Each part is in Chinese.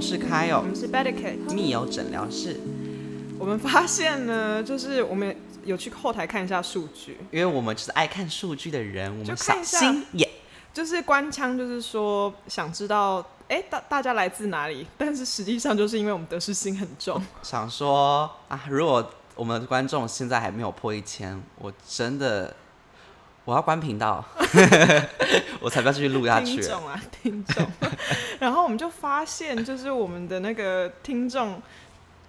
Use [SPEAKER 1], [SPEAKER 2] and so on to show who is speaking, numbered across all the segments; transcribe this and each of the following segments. [SPEAKER 1] 室开
[SPEAKER 2] 我
[SPEAKER 1] 哦，
[SPEAKER 2] 们是 Medicaid。
[SPEAKER 1] 密友诊疗室，
[SPEAKER 2] 我们发现呢，就是我们有去后台看一下数据，
[SPEAKER 1] 因为我们就是爱看数据的人，我们
[SPEAKER 2] 就
[SPEAKER 1] 赏
[SPEAKER 2] 看一下
[SPEAKER 1] 心眼。
[SPEAKER 2] 就是官腔，就是说想知道，哎、大大家来自哪里？ 但是实际上就是因为我们得失心很重，
[SPEAKER 1] 想说啊，如果我们的观众现在还没有破一千，我真的我要关频 道，我才不要继续录下
[SPEAKER 2] 听
[SPEAKER 1] 去。
[SPEAKER 2] 众啊，听众。然后我们就发现，就是我们的那个听众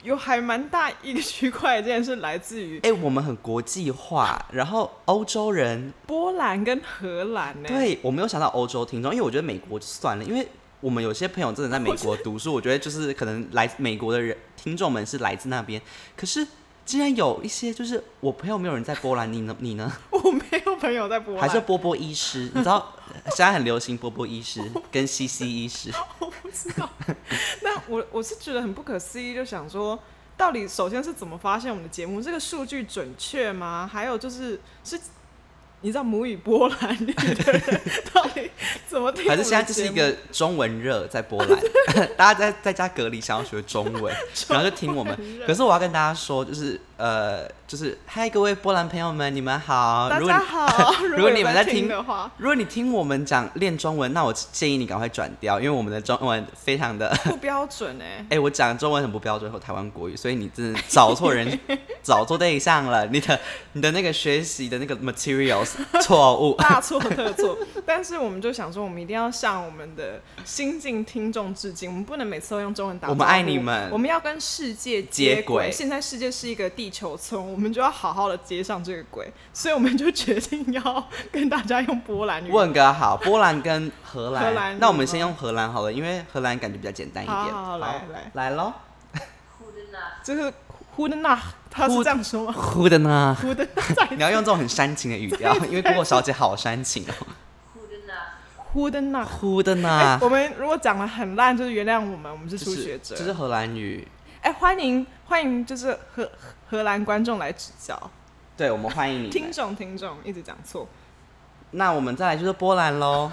[SPEAKER 2] 有还蛮大一个区块，竟然是来自于
[SPEAKER 1] 哎、我们很国际化，然后欧洲人，
[SPEAKER 2] 波兰跟荷兰呢、
[SPEAKER 1] 对我没有想到欧洲听众，因为我觉得美国就算了，因为我们有些朋友真的在美国读书，我觉得就是可能来美国的人听众们是来自那边，可是竟然有一些就是我朋友没有人在波兰，你呢？你呢？
[SPEAKER 2] 我没有朋友在波
[SPEAKER 1] 还
[SPEAKER 2] 兰，
[SPEAKER 1] 是波波医师？你知道现在很流行波波医 师跟西西医师。
[SPEAKER 2] 我不知道。 那我我是觉得很不可思议，就想说，到底首先是怎么发现我们的节目？这个数据准确吗？还有就是是，你知道母语波兰语的人到底怎么听我
[SPEAKER 1] 还
[SPEAKER 2] 们的节目？
[SPEAKER 1] 是现在这是一个中文热，在波兰， 大家在在家隔离，想要学中 文，然后就听我们。可是我要跟大家说，就是呃，就是嗨，各位波兰朋友们，你们好。
[SPEAKER 2] 大
[SPEAKER 1] 呃如果
[SPEAKER 2] 家
[SPEAKER 1] 你
[SPEAKER 2] 好，
[SPEAKER 1] 如果你
[SPEAKER 2] 有
[SPEAKER 1] 们
[SPEAKER 2] 在
[SPEAKER 1] 在听
[SPEAKER 2] 的话，
[SPEAKER 1] 如果你听我们讲练中文，那我建议你赶快转掉，因为我们的中文非常的，、
[SPEAKER 2] 不标准哎
[SPEAKER 1] 哎、我讲中文很不标准和台湾国语，所以你真的找 错人，找错对象了。你的你的那个学习的那个 materials 错 误，
[SPEAKER 2] 大错特错。 但是我们就想说，我们一定要向我们的新进听众致敬，我们不能每次都用中文打招呼。
[SPEAKER 1] 我们爱你们
[SPEAKER 2] 我们要跟世界
[SPEAKER 1] 接
[SPEAKER 2] 接
[SPEAKER 1] 轨
[SPEAKER 2] 轨。现在世界是一个地球村，我们就要好好的接上这个轨，所以我们就决定要跟大家用波兰语。
[SPEAKER 1] 问个好，波兰跟荷兰。
[SPEAKER 2] 荷兰
[SPEAKER 1] 那我们先用荷兰好了，因为荷兰感觉比较简单一点。
[SPEAKER 2] 好好好来来
[SPEAKER 1] 来喽。
[SPEAKER 2] 就是 h u d n a 他是
[SPEAKER 1] Hoed-
[SPEAKER 2] 这样说吗
[SPEAKER 1] 呼的呢？
[SPEAKER 2] h u d n a
[SPEAKER 1] 你要用这种很煽情的语 调，因为 Google 小姐好煽情
[SPEAKER 2] 哎
[SPEAKER 1] 哦。
[SPEAKER 2] h u d n a
[SPEAKER 1] 呼的
[SPEAKER 2] 哎
[SPEAKER 1] 呢，？
[SPEAKER 2] 我们如果讲的很烂，就是原谅我们，我们是
[SPEAKER 1] 就
[SPEAKER 2] 初学
[SPEAKER 1] 是
[SPEAKER 2] 者。
[SPEAKER 1] 这是荷兰语。
[SPEAKER 2] 哎、欢迎欢迎，就是荷荷兰观众来指教，
[SPEAKER 1] 对，我们欢迎你
[SPEAKER 2] 听
[SPEAKER 1] 们。
[SPEAKER 2] 众听众一直讲错，
[SPEAKER 1] 那我们再来就是波兰喽。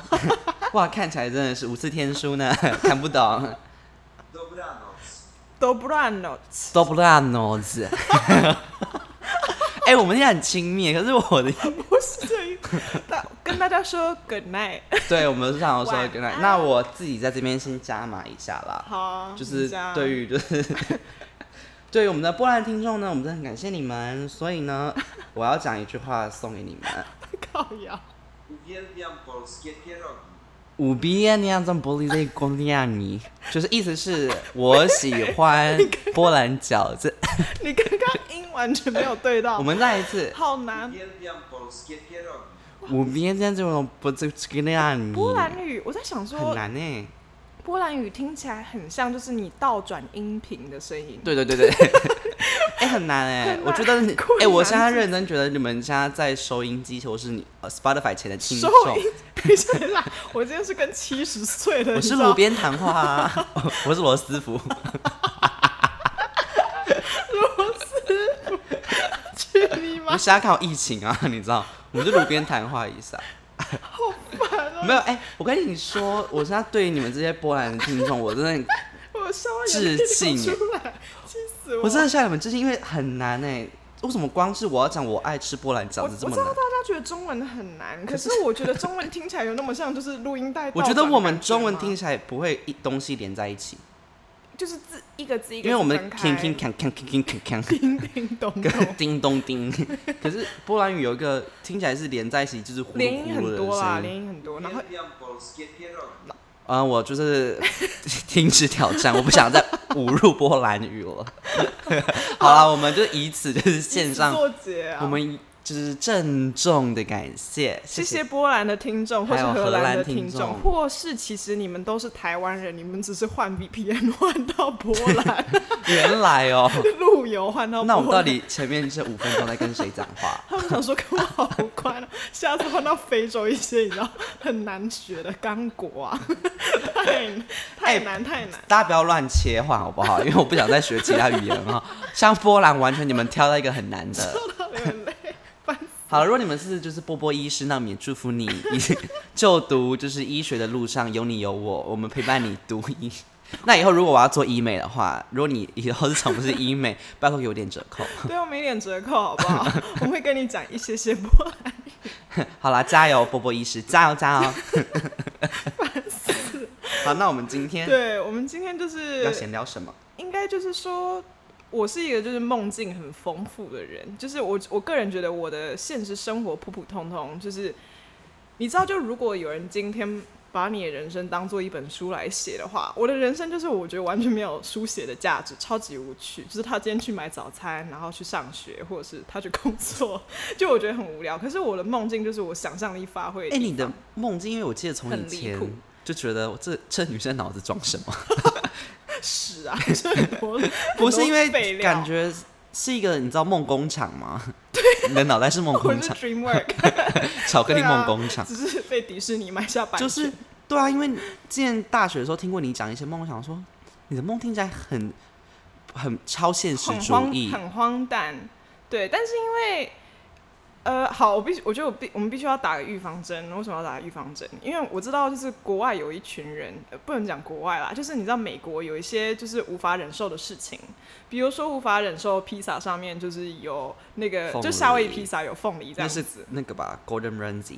[SPEAKER 1] 哇，看起来真的是无字天书呢， 看不懂。
[SPEAKER 2] 都不乱了。
[SPEAKER 1] 都不辣脑子。 哎、我们现在很轻蔑，可是我的
[SPEAKER 2] 不是这一，大跟大家说 good night，
[SPEAKER 1] 对，我们是想说
[SPEAKER 2] 晚
[SPEAKER 1] 跟那
[SPEAKER 2] 安
[SPEAKER 1] 那我自己在这边先加码一下啦，
[SPEAKER 2] 好啊，
[SPEAKER 1] 就是对
[SPEAKER 2] 于
[SPEAKER 1] 于就是 对于我们的波兰听众呢，我们真的很感谢你们，所以呢，我要讲一句话送给你们。
[SPEAKER 2] 靠谣，
[SPEAKER 3] Uwielbiam polskie pierogi.
[SPEAKER 1] 五 B N 那样玻璃类公亚尼，就是意思是我喜欢波兰饺子。
[SPEAKER 2] 你刚刚音完全没有对 到，
[SPEAKER 1] 我们再一次，
[SPEAKER 2] 好难。
[SPEAKER 3] Uwielbiam polskie pierogi.
[SPEAKER 1] 五 B N 这样这种不这这个亚尼，
[SPEAKER 2] 波兰语，我在想
[SPEAKER 1] 很
[SPEAKER 2] 说，
[SPEAKER 1] 难呢。
[SPEAKER 2] 波兰语听起来很像就是你倒转音频的声音，
[SPEAKER 1] 对对对对， 哎、很难哎、
[SPEAKER 2] 很难
[SPEAKER 1] 我觉得 你
[SPEAKER 2] 困
[SPEAKER 1] 哎、
[SPEAKER 2] 难
[SPEAKER 1] 我现在认真觉得你们现在在收音机或是你呃 Spotify 前的听
[SPEAKER 2] 收
[SPEAKER 1] 众，
[SPEAKER 2] 音， 等一下啦，我今天是跟七十岁的，
[SPEAKER 1] 我
[SPEAKER 2] 你
[SPEAKER 1] 是
[SPEAKER 2] 知道
[SPEAKER 1] 路边谈话、啊， 我是罗斯福，
[SPEAKER 2] 去你
[SPEAKER 1] 我
[SPEAKER 2] 妈
[SPEAKER 1] 们，现在靠疫情啊，你知道，我们是路边谈话一下。
[SPEAKER 2] 哦
[SPEAKER 1] 没有哎、我跟你说，我现在对于你们这些波兰的听众，我真的，
[SPEAKER 2] 我笑到眼泪
[SPEAKER 1] 致敬
[SPEAKER 2] 流出来，气死我！
[SPEAKER 1] 我真的向你们致敬，因为很难哎、为什么光是我要讲我爱吃波兰
[SPEAKER 2] 我
[SPEAKER 1] 饺
[SPEAKER 2] 我
[SPEAKER 1] 子
[SPEAKER 2] 知
[SPEAKER 1] 这
[SPEAKER 2] 道
[SPEAKER 1] 么
[SPEAKER 2] 大
[SPEAKER 1] 难？
[SPEAKER 2] 家觉得中文很难，可是我觉得中文听起来有那么像就是录音带倒
[SPEAKER 1] 我
[SPEAKER 2] 转
[SPEAKER 1] 觉
[SPEAKER 2] 的感
[SPEAKER 1] 得
[SPEAKER 2] 吗。
[SPEAKER 1] 我们中文听起来不会一东西连在一起，
[SPEAKER 2] 就是字一个字一个字分开，
[SPEAKER 1] 因为我们 king king king king king king king。
[SPEAKER 2] 叮叮咚
[SPEAKER 1] 跟
[SPEAKER 2] 咚，
[SPEAKER 1] 叮咚叮。可是波兰语有一个听起来是连在一起，就是呼 噜
[SPEAKER 2] 连音
[SPEAKER 1] 呼噜
[SPEAKER 2] 很
[SPEAKER 1] 的
[SPEAKER 2] 多 啦，
[SPEAKER 1] 声
[SPEAKER 2] 连
[SPEAKER 1] 音。
[SPEAKER 2] 音很多，然后
[SPEAKER 3] Uwielbiam polskie pierogi.
[SPEAKER 1] 啊、我就是停止挑战，我不想再侮辱波兰语了。好啦，我们就以此就是线上，
[SPEAKER 2] 作结啊。
[SPEAKER 1] 我们就是郑重的感谢，
[SPEAKER 2] 谢
[SPEAKER 1] 谢
[SPEAKER 2] 谢波兰的听众，或是
[SPEAKER 1] 还有荷
[SPEAKER 2] 兰的
[SPEAKER 1] 兰听
[SPEAKER 2] 众，
[SPEAKER 1] 众
[SPEAKER 2] 或是其实你们都是台湾人，你们只是换 VPN 换到波兰，
[SPEAKER 1] 原来哦、
[SPEAKER 2] 路由换到波兰。
[SPEAKER 1] 那我们到底前面这五分钟在跟谁讲话？
[SPEAKER 2] 他们想说跟我好无关、啊，下次换到非洲一些你知道很难学的刚果啊， 太
[SPEAKER 1] 哎
[SPEAKER 2] 太难太难。
[SPEAKER 1] 大家不要乱切换好不好？因为我不想再学其他语言哈。像波兰，完全你们挑到一个很难的。好了，如果你们是就是波波医师，那我们也祝福 你，就读就是医学的路上有你有我，我们陪伴你读医那以后如果我要做医美的话，如果你以后是从事医美， 拜托给我点折扣。
[SPEAKER 2] 对我们一点折扣好不好？ 我会跟你讲一些些不好。
[SPEAKER 1] 好啦，加油，波波医师，加油加油！好，那我们今天
[SPEAKER 2] 对我们今天就是
[SPEAKER 1] 要闲聊什么？
[SPEAKER 2] 应该就是说，我是一个就是梦境很丰富的人，就是我我个人觉得我的现实生活普普通通，就是你知道，就如果有人今天把你的人生当做一本书来写的话，我的人生就是我觉得完全没有书写的价值，超级无趣。就是他今天去买早餐，然后去上学，或者是他去工作， 就我觉得很无聊。可是我的梦境就是我想象力发挥。
[SPEAKER 1] 哎、你的梦境，因为我记得从以
[SPEAKER 2] 很离
[SPEAKER 1] 前
[SPEAKER 2] 谱
[SPEAKER 1] 就觉得我这这女生脑子装什 么，
[SPEAKER 2] 屎啊， 就是很多
[SPEAKER 1] 不是因为
[SPEAKER 2] 很多废料
[SPEAKER 1] 感觉是一个你知道梦工厂吗？你的脑袋是梦
[SPEAKER 2] 我
[SPEAKER 1] 工
[SPEAKER 2] 是
[SPEAKER 1] 厂，
[SPEAKER 2] DreamWork，
[SPEAKER 1] 巧克力
[SPEAKER 2] 对啊
[SPEAKER 1] 梦工厂。
[SPEAKER 2] 只是被迪士尼买下版权，
[SPEAKER 1] 就是对啊，因为之前大学的时候听过你讲一些梦，我想说你的梦听起来很很超现实
[SPEAKER 2] 很
[SPEAKER 1] 主
[SPEAKER 2] 荒
[SPEAKER 1] 义，
[SPEAKER 2] 很荒诞。对，但是因为呃，好，我必须，我觉得我必我们必须要打个预防针。为什么要打预防针？因为我知道，就是国外有一群人，呃、不能讲国外啦，就是你知道美国有一些就是无法忍受的事情，比如说无法忍受披萨上面就是有那个，
[SPEAKER 1] 凤
[SPEAKER 2] 就夏威夷
[SPEAKER 1] 梨
[SPEAKER 2] 披萨有凤梨这
[SPEAKER 1] 那
[SPEAKER 2] 样
[SPEAKER 1] 是
[SPEAKER 2] 子，
[SPEAKER 1] 那个吧，Golden Ramsy，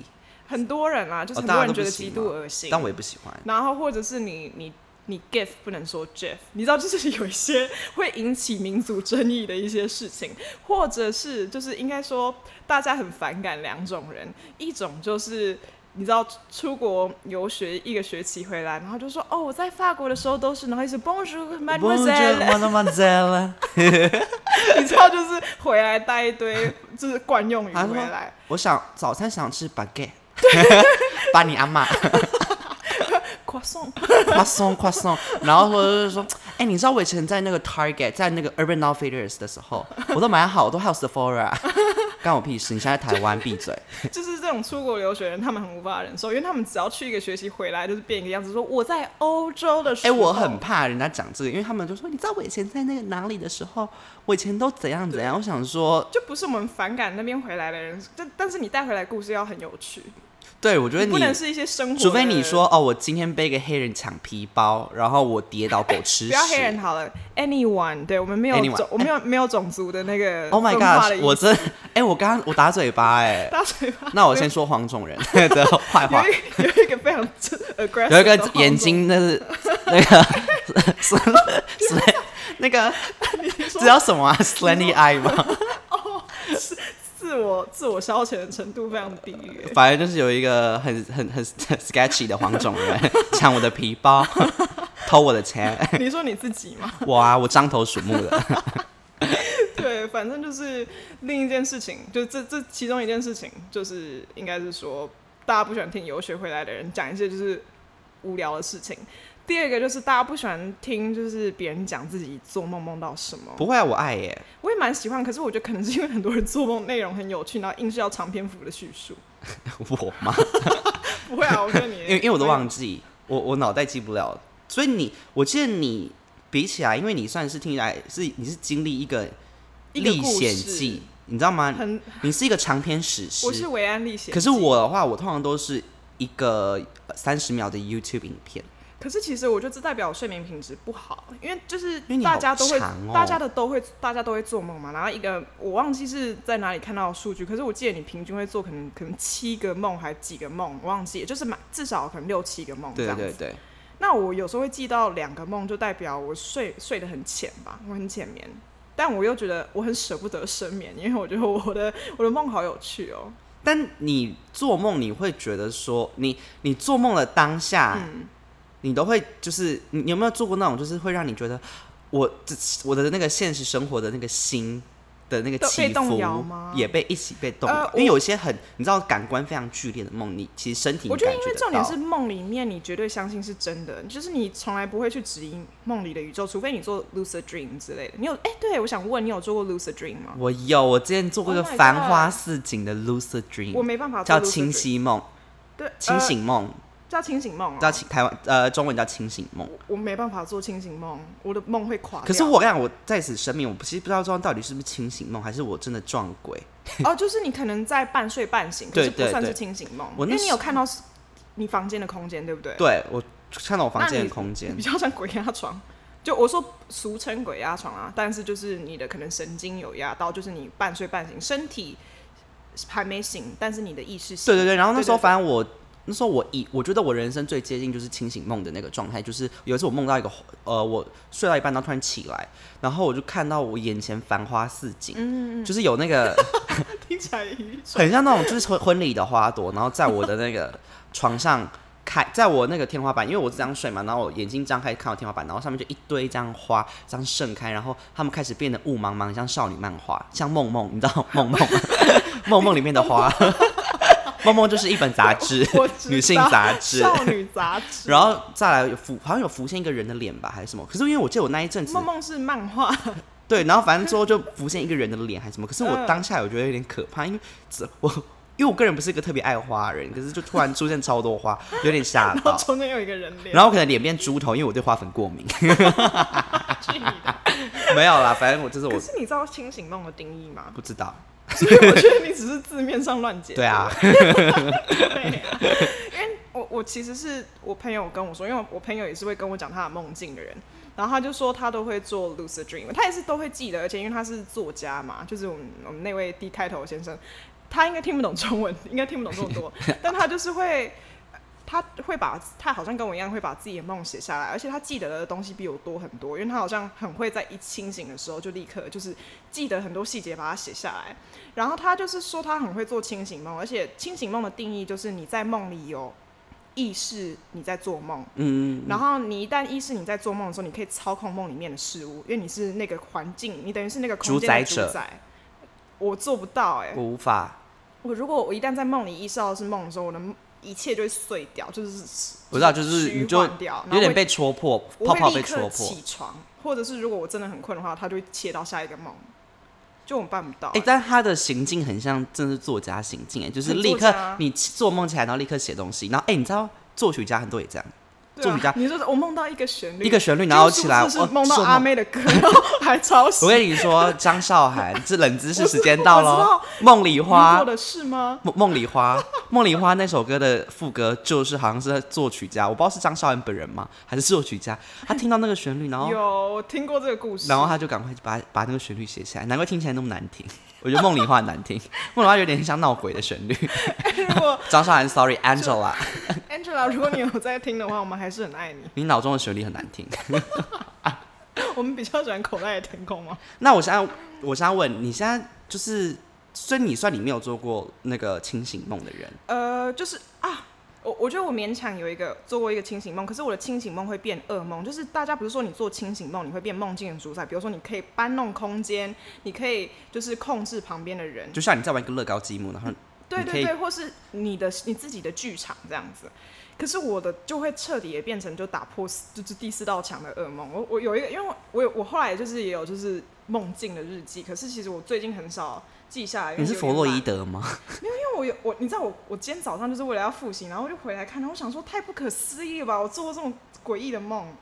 [SPEAKER 2] 很多人啊，就是
[SPEAKER 1] 哦
[SPEAKER 2] 很
[SPEAKER 1] 大
[SPEAKER 2] 多
[SPEAKER 1] 家
[SPEAKER 2] 人
[SPEAKER 1] 都不
[SPEAKER 2] 觉得
[SPEAKER 1] 行
[SPEAKER 2] 极度
[SPEAKER 1] 嘛
[SPEAKER 2] 恶心。
[SPEAKER 1] 但我也不喜欢。
[SPEAKER 2] 然后或者是你你你 gif 不能说 jeff，你知道就是有一些会引起民族争议的一些事情，或者是就是应该说大家很反感两种人，一种就是。你知道出国游学一个学期回来，然后就说哦，我在法国的时候都是，然后一直 Bonjour Mademoiselle，
[SPEAKER 1] Mademoiselle，
[SPEAKER 2] 你知道就是回来带一堆就是惯用语
[SPEAKER 1] 他
[SPEAKER 2] 回
[SPEAKER 1] 说
[SPEAKER 2] 来，
[SPEAKER 1] 我想早餐想吃 baguette，把你阿妈
[SPEAKER 2] 夸送，
[SPEAKER 1] 夸松夸松，然后说就是说，哎、你知道我以前在那个 Target，在那个 Urban Outfitters 的时候，我都买好，我都还有 Sephora，干我屁事！你现在台湾闭嘴。
[SPEAKER 2] 就是这种出国留学人，他们很无法忍受，因为他们只要去一个学期回来，就是变一个样子，说我在欧洲的时
[SPEAKER 1] 哎、
[SPEAKER 2] 候，
[SPEAKER 1] 我很怕人家讲这个，因为他们就说，你知道我以前在那个哪里的时候，我以前都怎样怎样。我想说，
[SPEAKER 2] 就不是我们反感那边回来的人，但但是你带回来故事要很有趣，
[SPEAKER 1] 对我觉得
[SPEAKER 2] 不能
[SPEAKER 1] 你，
[SPEAKER 2] 是一些生活的，
[SPEAKER 1] 除非你说哦，我今天被一个黑人抢皮包，然后我跌倒狗吃
[SPEAKER 2] 不
[SPEAKER 1] 屎。
[SPEAKER 2] 要黑人好了，anyone，对我们没有
[SPEAKER 1] Anyone 哎
[SPEAKER 2] 种，我没有没有种族的那个
[SPEAKER 1] Oh my
[SPEAKER 2] 文化的
[SPEAKER 1] god！
[SPEAKER 2] 意
[SPEAKER 1] 我
[SPEAKER 2] 思
[SPEAKER 1] 真，哎、我刚刚我打嘴巴哎、
[SPEAKER 2] 大嘴巴
[SPEAKER 1] 那我先说黄种人 的坏话
[SPEAKER 2] 有，一个有一个非常 aggressive，
[SPEAKER 1] 有一个
[SPEAKER 2] 的黄
[SPEAKER 1] 眼
[SPEAKER 2] 种
[SPEAKER 1] 睛那 是那个是是那个这叫什么啊 ？Slanty Eye 吗？
[SPEAKER 2] 自我自我消遣的程度非常低欸耶，
[SPEAKER 1] 反正就是有一个很很很很 sketchy 的黄种人抢我的皮包， 偷我的钱，
[SPEAKER 2] 你说你自己吗？
[SPEAKER 1] 我啊，我獐头鼠目的。
[SPEAKER 2] 对，反正就是另一件事情，就这这其中一件事情，就是应该是说，大家不喜欢听游学回来的人讲一些就是无聊的事情。第二个就是大家不喜欢听，就是别人讲自己做梦梦到什么。
[SPEAKER 1] 不会啊，我爱耶。
[SPEAKER 2] 我也蛮喜欢，可是我觉得可能是因为很多人做梦内容很有趣，然后硬是要长篇幅的叙述。
[SPEAKER 1] 我吗？
[SPEAKER 2] 不会啊，我觉得你，
[SPEAKER 1] 因为因为我都忘
[SPEAKER 2] 了。
[SPEAKER 1] 记，我我脑袋记不了。所以你，我记得你比起来，因为你算是听起来是你是经历一个
[SPEAKER 2] 一个
[SPEAKER 1] 历
[SPEAKER 2] 故
[SPEAKER 1] 险
[SPEAKER 2] 事
[SPEAKER 1] 记，你知道吗？
[SPEAKER 2] 很，
[SPEAKER 1] 你是一个长篇史诗
[SPEAKER 2] 我，是维安历险记。
[SPEAKER 1] 可是我的话，我通常都是一个三十秒的 YouTube 影片。
[SPEAKER 2] 可是其实我觉得这代表我睡眠品质不好，因为就是
[SPEAKER 1] 因为你好
[SPEAKER 2] 大家都会，
[SPEAKER 1] 长哦
[SPEAKER 2] 大家的都会，大家都会做梦嘛。然后一个我忘记是在哪里看到的数据，可是我记得你平均会做可能可能七个梦还几个梦，我忘记了，就是蛮至少可能六七个梦哦这
[SPEAKER 1] 对
[SPEAKER 2] 样子。
[SPEAKER 1] 对对，
[SPEAKER 2] 那我有时候会记到两个梦，就代表我睡睡得很浅吧，我很浅眠。但我又觉得我很舍不得深眠，因为我觉得我的我的梦好有趣哦。
[SPEAKER 1] 但你做梦，你会觉得说，你你做梦的当下，
[SPEAKER 2] 嗯
[SPEAKER 1] 你都会就是你你有没有做过那种，就是会让你觉得我这我的那个现实生活的那个心的那个
[SPEAKER 2] 都被
[SPEAKER 1] 起
[SPEAKER 2] 动
[SPEAKER 1] 伏
[SPEAKER 2] 摇吗
[SPEAKER 1] 也被一起被动
[SPEAKER 2] 呃
[SPEAKER 1] 摇？因为有一些很你知道感官非常剧烈的梦，你其实身体
[SPEAKER 2] 我觉
[SPEAKER 1] 觉
[SPEAKER 2] 得，因为重点
[SPEAKER 1] 到
[SPEAKER 2] 是梦里面，你绝对相信是真的，就是你从来不会去质疑梦里的宇宙，除非你做 lucid dream 之类的。你有哎、对我想问，你有做过 lucid dream 吗？
[SPEAKER 1] 我有，我之前做过一个
[SPEAKER 2] Oh my
[SPEAKER 1] 繁花
[SPEAKER 2] God
[SPEAKER 1] 似锦的 lucid
[SPEAKER 2] 我
[SPEAKER 1] dream，
[SPEAKER 2] 没办法做
[SPEAKER 1] 叫
[SPEAKER 2] lucid
[SPEAKER 1] 清
[SPEAKER 2] dream，
[SPEAKER 1] 晰梦、
[SPEAKER 2] 对，呃
[SPEAKER 1] 清醒梦，
[SPEAKER 2] 叫清醒梦、
[SPEAKER 1] 叫
[SPEAKER 2] 哦。
[SPEAKER 1] 清台湾呃中文叫清醒梦。
[SPEAKER 2] 我我没办法做清醒梦，我的梦会垮掉。
[SPEAKER 1] 可是我跟你讲，我在此声明，我其实不知道这到底是不是清醒梦，还是我真的撞鬼。
[SPEAKER 2] 哦，就是你可能在半睡半醒，可
[SPEAKER 1] 对
[SPEAKER 2] 是不
[SPEAKER 1] 对
[SPEAKER 2] 算是
[SPEAKER 1] 对
[SPEAKER 2] 清醒梦，
[SPEAKER 1] 我那
[SPEAKER 2] 因为你
[SPEAKER 1] 时
[SPEAKER 2] 有看到你房间的空间，对不对？
[SPEAKER 1] 对我看到我房
[SPEAKER 2] 那
[SPEAKER 1] 间
[SPEAKER 2] 你
[SPEAKER 1] 的空间
[SPEAKER 2] 比，较像鬼压床。就我说俗称鬼压床啊，但是就是你的可能神经有压到，就是你半睡半醒，身体还没醒，但是你的意识醒。
[SPEAKER 1] 对对对，然后那时候
[SPEAKER 2] 对对对
[SPEAKER 1] 反正我那时候我以我觉得我人生最接近就是清醒梦的那个状态，就是有一次我梦到一个呃，我睡到一半，然后突然起来，然后我就看到我眼前繁花似
[SPEAKER 2] 嗯
[SPEAKER 1] 锦，就是有那个
[SPEAKER 2] 听起来很
[SPEAKER 1] 很像那种就是婚婚礼的花朵，然后在我的那个床上开，在我那个天花板，因为我是这样睡嘛，然后我眼睛张开看到天花板，然后上面就一堆这样花这样盛开，然后它们开始变得雾茫茫，像少女漫画，像梦梦，你知道 梦梦梦梦里面的花，梦梦就是一本杂志
[SPEAKER 2] 我知，道
[SPEAKER 1] 女性杂志。
[SPEAKER 2] 少女杂志。
[SPEAKER 1] 然后再来有浮，好像有浮现一个人的脸吧，还是什么？可是因为我记得我那一阵子
[SPEAKER 2] 梦梦是漫画，
[SPEAKER 1] 对，然后反正之后就浮现一个人的脸还是什么，可是我
[SPEAKER 2] 嗯
[SPEAKER 1] 当下我觉得有点可怕，因为这我因为我个人不是一个特别爱花的人，可是就突然出现超多花，有点吓
[SPEAKER 2] 然后
[SPEAKER 1] 到。
[SPEAKER 2] 中间有一个人脸，
[SPEAKER 1] 然后我可能脸变猪头，因为我对花粉过敏。
[SPEAKER 2] 去你的。
[SPEAKER 1] 没有啦，反正我就是
[SPEAKER 2] 可
[SPEAKER 1] 我
[SPEAKER 2] 是你知道清醒梦的定义吗？
[SPEAKER 1] 不知道。
[SPEAKER 2] 所以 我觉得你只是字面上乱解。
[SPEAKER 1] 对啊，
[SPEAKER 2] 对啊，因为我我其实是我朋友跟我说，因为我朋友也是会跟我讲他的梦境的人，然后他就说他都会做 lucid dream，他也是都会记得，而且因为他是作家嘛，就是我们我们那位 D 开头的先生，他应该听不懂中文，应该听不懂这么 多，但他就是会。他会把他好像跟我一样会把自己的梦写下来，而且他记得的东西比我多很多，因为他好像很会在一清醒的时候就立刻就是记得很多细节把它写下来。然后他就是说他很会做清醒梦，而且清醒梦的定义就是你在梦里有意识你在做梦，
[SPEAKER 1] 嗯，
[SPEAKER 2] 然后你一旦意识你在做梦的时候，你可以操控梦里面的事物，因为你是那个环境，你等于是那个空间的
[SPEAKER 1] 主宰者
[SPEAKER 2] 主宰我做不到哎、
[SPEAKER 1] 我无法，
[SPEAKER 2] 我如果我一旦在梦里意识到是梦的时候，我的一切就会碎掉，就是
[SPEAKER 1] 我知道就是
[SPEAKER 2] 虚
[SPEAKER 1] 你就
[SPEAKER 2] 幻掉
[SPEAKER 1] 有
[SPEAKER 2] 然后
[SPEAKER 1] 点
[SPEAKER 2] 我
[SPEAKER 1] 被戳破，
[SPEAKER 2] 我
[SPEAKER 1] 泡
[SPEAKER 2] 会
[SPEAKER 1] 泡
[SPEAKER 2] 立
[SPEAKER 1] 被
[SPEAKER 2] 刻
[SPEAKER 1] 戳破
[SPEAKER 2] 起。床，或者是如果我真的很困的话，他就会切到下一个梦，就我们办不到、欸
[SPEAKER 1] 哎、但他的行径很像，真的是作家行径，哎，就是
[SPEAKER 2] 很
[SPEAKER 1] 立
[SPEAKER 2] 作
[SPEAKER 1] 刻
[SPEAKER 2] 家啊
[SPEAKER 1] 你做梦起来，然后立刻写东西，然后哎、你知道作曲家很多也这样，
[SPEAKER 2] 对
[SPEAKER 1] 作
[SPEAKER 2] 啊
[SPEAKER 1] 曲家
[SPEAKER 2] 你说我梦到一个旋律，
[SPEAKER 1] 一个旋律
[SPEAKER 2] 结
[SPEAKER 1] 然
[SPEAKER 2] 果
[SPEAKER 1] 后
[SPEAKER 2] 殊
[SPEAKER 1] 起
[SPEAKER 2] 不
[SPEAKER 1] 来，
[SPEAKER 2] 知
[SPEAKER 1] 哦
[SPEAKER 2] 是梦到
[SPEAKER 1] 做
[SPEAKER 2] 阿妹的歌，然后还超
[SPEAKER 1] 我
[SPEAKER 2] 醒。
[SPEAKER 1] 跟你说，张韶涵这冷知识时间
[SPEAKER 2] 我
[SPEAKER 1] 到
[SPEAKER 2] 知
[SPEAKER 1] 喽
[SPEAKER 2] 道。
[SPEAKER 1] 梦里
[SPEAKER 2] 你
[SPEAKER 1] 花
[SPEAKER 2] 做，的是吗？
[SPEAKER 1] 梦梦里花， 梦里花那首歌的副歌就是好像是作曲家，我不知道是张韶涵本人吗，还是作曲家？他听到那个旋律，然后
[SPEAKER 2] 有我听过这个故事，
[SPEAKER 1] 然后他就赶快把把那个旋律写起来，难怪听起来那么难听。我觉得梦里花很难听， 梦里花有点像闹鬼的旋 律。
[SPEAKER 2] 如果
[SPEAKER 1] 张韶涵，sorry Angela，
[SPEAKER 2] Angela，如果你有在听的话，我们还是很爱你。
[SPEAKER 1] 你脑中的旋律很难听。
[SPEAKER 2] 我们比较喜欢口袋的天空吗？
[SPEAKER 1] 那我现在我现在问你，现在就是，所以你算你没有做过那个清醒梦的人，
[SPEAKER 2] 呃，就是啊，我我觉得我勉强有一个做过一个清醒梦，可是我的清醒梦会变噩梦。就是大家不是说你做清醒梦你会变梦境的主宰，比如说你可以搬弄空间，你可以就是控制旁边的人，
[SPEAKER 1] 就像你在玩一个乐高积木，然后
[SPEAKER 2] 对
[SPEAKER 1] 你可以
[SPEAKER 2] 对对，或是你的你自己的剧场这样子。可是我的就会彻底也变成就打破四就是第四道墙的噩梦。我我有一个，因为我有我后来就是也有就是梦境的日记，可是其实我最近很少记下来。因为
[SPEAKER 1] 你是
[SPEAKER 2] 哎有
[SPEAKER 1] 弗
[SPEAKER 2] 点
[SPEAKER 1] 洛
[SPEAKER 2] 懒
[SPEAKER 1] 伊德吗？
[SPEAKER 2] 因为我有我，你知道我我今天早上就是为了要复习，然后我就回来看，然后我想说太不可思议了吧，我做过这种诡异的梦。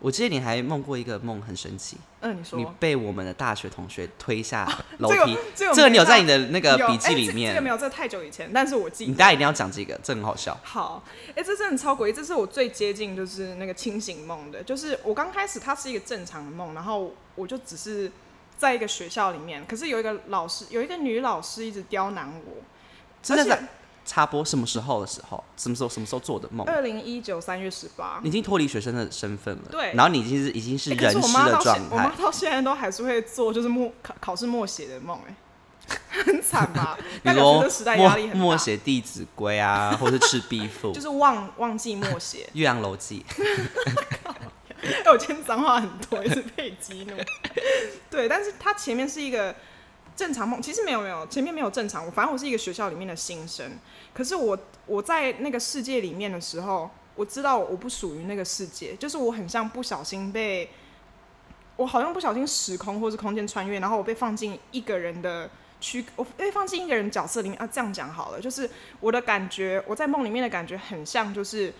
[SPEAKER 1] 我记得你还梦过一个梦，很神奇，
[SPEAKER 2] 嗯、你说
[SPEAKER 1] 你被我们的大学同学 推下楼
[SPEAKER 2] 这
[SPEAKER 1] 梯
[SPEAKER 2] 个。这个
[SPEAKER 1] 这个你有在你
[SPEAKER 2] 的
[SPEAKER 1] 的那个笔记里
[SPEAKER 2] 哎这个没
[SPEAKER 1] 面，
[SPEAKER 2] 有，这个太久以前，但是我记
[SPEAKER 1] 你
[SPEAKER 2] 得。
[SPEAKER 1] 大家一定要讲这个，这很好笑。
[SPEAKER 2] 好，哎、这真的超诡异，这是我最接近就是那个清醒梦的，就是我刚开始它是一个正常的梦，然后我就只是在一个学校里面，可是有一个老师，有一个女老师一直刁难我。
[SPEAKER 1] 真的
[SPEAKER 2] 而
[SPEAKER 1] 在插播什么时候的时候，什么时候什么时候做的梦，
[SPEAKER 2] 二零一九三月十八，
[SPEAKER 1] 你已经脱离学生的身份了，
[SPEAKER 2] 对
[SPEAKER 1] 然后你已经是已经是
[SPEAKER 2] 欸可
[SPEAKER 1] 人
[SPEAKER 2] 是我
[SPEAKER 1] 师
[SPEAKER 2] 妈
[SPEAKER 1] 的
[SPEAKER 2] 到现
[SPEAKER 1] 状
[SPEAKER 2] 我妈
[SPEAKER 1] 态，
[SPEAKER 2] 到现在都还是会做，就是默考考试默写的梦，哎， 很惨吧？
[SPEAKER 1] 比
[SPEAKER 2] 代
[SPEAKER 1] 如
[SPEAKER 2] 表学生时代压力
[SPEAKER 1] 默
[SPEAKER 2] 很
[SPEAKER 1] 默
[SPEAKER 2] 大，
[SPEAKER 1] 写《弟子规》啊，或是《 赤壁赋。
[SPEAKER 2] 就》是忘忘记默写
[SPEAKER 1] 岳阳楼记》。
[SPEAKER 2] 哎、我今天脏话很多，也是被激怒。 对，但是它前面是一个正常梦，其实没有没有，前面没有正常。我反正我是一个学校里面的新生，可是我我在那个世界里面的时候，我知道我不属于那个世界，就是我很像不小心被，我好像不小心时空或是空间穿越，然后我被放进一个人的躯，我被放进一个人角色里面啊。这样讲好了，就是我的感觉，我在梦里面的感觉很像就是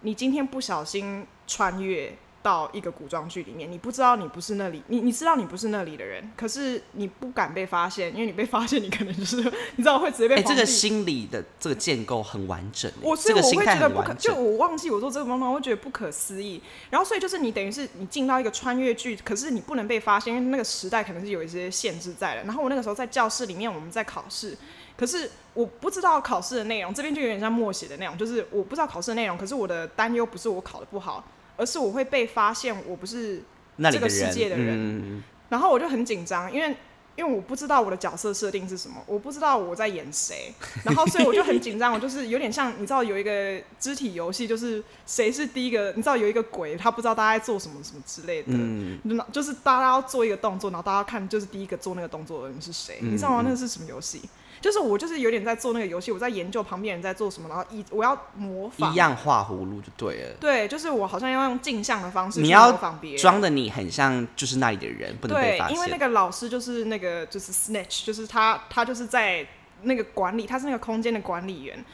[SPEAKER 2] 你今天不小心穿越到一个古装剧里面，你不知道你不是那里，你你知道你不是那里的人，可是你不敢被发现，因为你被发现，你可能就是你知道会直接被
[SPEAKER 1] 哎、
[SPEAKER 2] 皇帝、
[SPEAKER 1] 这个心理的这个建构很完整欸、
[SPEAKER 2] 我所
[SPEAKER 1] 这
[SPEAKER 2] 以
[SPEAKER 1] 个
[SPEAKER 2] 我
[SPEAKER 1] 心
[SPEAKER 2] 会
[SPEAKER 1] 态
[SPEAKER 2] 觉得
[SPEAKER 1] 很
[SPEAKER 2] 不可，
[SPEAKER 1] 完
[SPEAKER 2] 就
[SPEAKER 1] 整。
[SPEAKER 2] 我忘记我做这个梦，我会觉得不可思议。然后所以就是你等于是你进到一个穿越剧，可是你不能被发现，因为那个时代可能是有一些限制在的。然后我那个时候在教室里面，我们在考试，可是我不知道考试的内容，这边就有点像默写的内容，就是我不知道考试的内容，可是我的担忧不是我考的不好，而是我会被发现我不是
[SPEAKER 1] 那里
[SPEAKER 2] 这个世
[SPEAKER 1] 人，
[SPEAKER 2] 界的人
[SPEAKER 1] 嗯，嗯
[SPEAKER 2] 然后我就很紧张，因为因为我不知道我的角色设定是什么，我不知道我在演 谁，然后所以我就很紧张，我就是有点像你知道有一个肢体游戏，就是谁是第一个，你知道有一个鬼，他不知道大家在做什么什么之类的。
[SPEAKER 1] 嗯，嗯
[SPEAKER 2] 就那就是大家要做一个动作，然后大家看就是第一个做那个动作的人是谁，
[SPEAKER 1] 嗯
[SPEAKER 2] 你知道吗？
[SPEAKER 1] 嗯
[SPEAKER 2] 那个是什么游戏？就是我就是有点在做那个游戏，我在研究旁边人在做什么，然后一我要模仿
[SPEAKER 1] 一，样画葫芦就对了。
[SPEAKER 2] 对，就是我好像要用镜像的方式
[SPEAKER 1] 你
[SPEAKER 2] 去
[SPEAKER 1] 要
[SPEAKER 2] 模仿别人，
[SPEAKER 1] 装的你很像就是那里的人，不能被
[SPEAKER 2] 对
[SPEAKER 1] 发，现。
[SPEAKER 2] 因为那个老师就是那个就是 snitch，就是他他就是在那个管理，他是那个空间的管理员。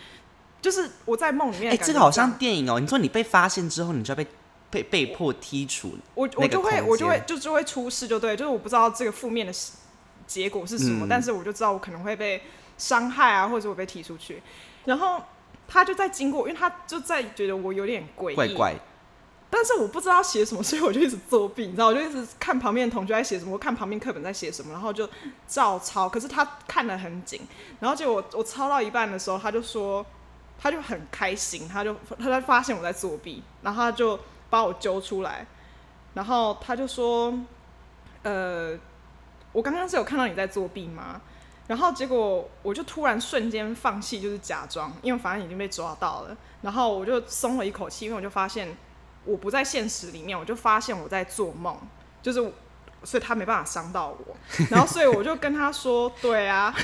[SPEAKER 2] 就是我在梦里面
[SPEAKER 1] 哎、
[SPEAKER 2] 的感觉
[SPEAKER 1] 这
[SPEAKER 2] 是
[SPEAKER 1] 个
[SPEAKER 2] 样，
[SPEAKER 1] 好像电影哦。你说你被发现之后，你就要被被被迫剔除。
[SPEAKER 2] 我我
[SPEAKER 1] 那个
[SPEAKER 2] 就会
[SPEAKER 1] 空
[SPEAKER 2] 我就会
[SPEAKER 1] 间
[SPEAKER 2] 就就会出事，就对，就是我不知道这个负面的事结果是什么，
[SPEAKER 1] 嗯
[SPEAKER 2] 但是我就知道我可能会被伤害啊，或者我被踢出去。然后他就在经过，因为他就在觉得我有点诡异，
[SPEAKER 1] 怪怪，
[SPEAKER 2] 但是我不知道写什么， 所以我就一直作弊，你知道，我就一直看旁边的同学在写什么，我看旁边课本在写什么，然后就照抄。可是他看得很紧，然后结果我我抄到一半的时候，他就说，他就很开心，他就他他发现我在作弊，然后他就把我揪出来，然后他就说，呃，我刚刚是有看到你在作弊吗？然后结果我就突然瞬间放弃，就是假装，因为反正已经被抓到了，然后我就松了一口气，因为我就发现我不在现实里面，我就发现我在做梦，就是我所以他没办法伤到我，然后所以我就跟他说，对啊，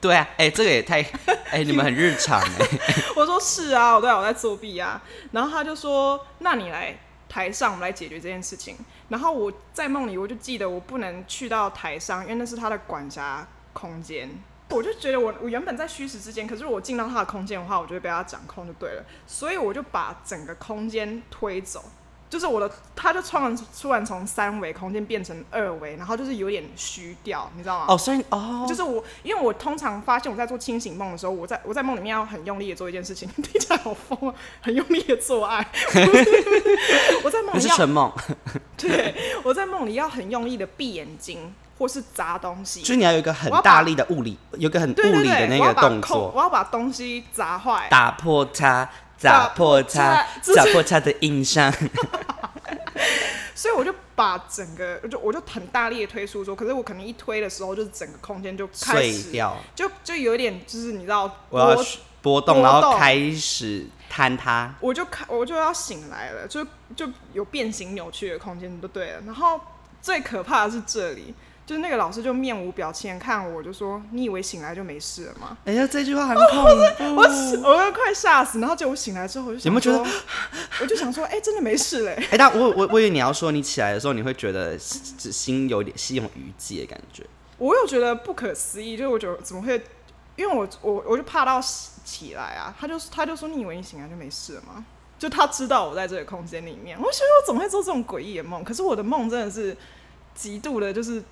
[SPEAKER 1] 对啊，哎、这个 也太，哎、你们很日常哎、
[SPEAKER 2] 我说是啊，我对啊，我在作弊啊。然后他就说，那你来台上，我们来解决这件事情。然后我在梦里，我就记得我不能去到台上，因为那是他的管辖空间。我就觉得我我原本在虚实之间，可是我进到他的空间的话，我就会被他掌控就对了，所以我就把整个空间推走，就是我的他就突然突然从三维空间变成二维，然后就是有点虚掉，你知道吗？
[SPEAKER 1] 哦，所以哦，
[SPEAKER 2] 就是我，因为我通常发现我在做清醒梦的时候，我在我在梦里面要很用力的做一件事情， 听起来好疯啊，很用力的做爱。 我在梦
[SPEAKER 1] 不
[SPEAKER 2] 里
[SPEAKER 1] 是
[SPEAKER 2] 要
[SPEAKER 1] 春梦，
[SPEAKER 2] 对，我在梦里要很用力的闭眼睛，或是砸东西。
[SPEAKER 1] 就是你要有一个很
[SPEAKER 2] 我要把
[SPEAKER 1] 大力的物理，有一个很
[SPEAKER 2] 对
[SPEAKER 1] 物
[SPEAKER 2] 对
[SPEAKER 1] 理的
[SPEAKER 2] 对，
[SPEAKER 1] 那
[SPEAKER 2] 我要
[SPEAKER 1] 个
[SPEAKER 2] 把
[SPEAKER 1] 动
[SPEAKER 2] 空
[SPEAKER 1] 作，
[SPEAKER 2] 我要把东西砸坏。
[SPEAKER 1] 打破它，
[SPEAKER 2] 打
[SPEAKER 1] 打破它，
[SPEAKER 2] 这
[SPEAKER 1] 打破它的印象。
[SPEAKER 2] 所以我就把整个，我就我就很大力的推书桌，可是我可能一推的时候，就是整个空间就 开
[SPEAKER 1] 碎
[SPEAKER 2] 始，
[SPEAKER 1] 掉，
[SPEAKER 2] 就就有点就是你知道，
[SPEAKER 1] 我要
[SPEAKER 2] 波
[SPEAKER 1] 去波
[SPEAKER 2] 波
[SPEAKER 1] 动，然后
[SPEAKER 2] 动
[SPEAKER 1] 开始坍塌。
[SPEAKER 2] 我就看我就要醒来了，就就有变形扭曲的空间就对了。然后最可怕的是这里，就是那个老师就面无表情地看我，就说：“你以为醒来就没事了吗
[SPEAKER 1] 哎呀，这句话很恐？”怖
[SPEAKER 2] 我死我都快吓死。然后结果我醒来之后，我就想
[SPEAKER 1] 嗯有没有觉得
[SPEAKER 2] 说？ 我就想说，哎、真的没事嘞。
[SPEAKER 1] 哎、但我我我以为你要说，你起来的时候你会觉得心心有点心有余悸的感觉。
[SPEAKER 2] 我又觉得不可思议，就是我觉得怎么会？因为我我我就怕到起来啊，他就他就说你以为你醒来就没事了吗？就他知道我在这个空间里面，我觉得我怎么会做这种诡异的梦？可是我的梦真的是极度的，就是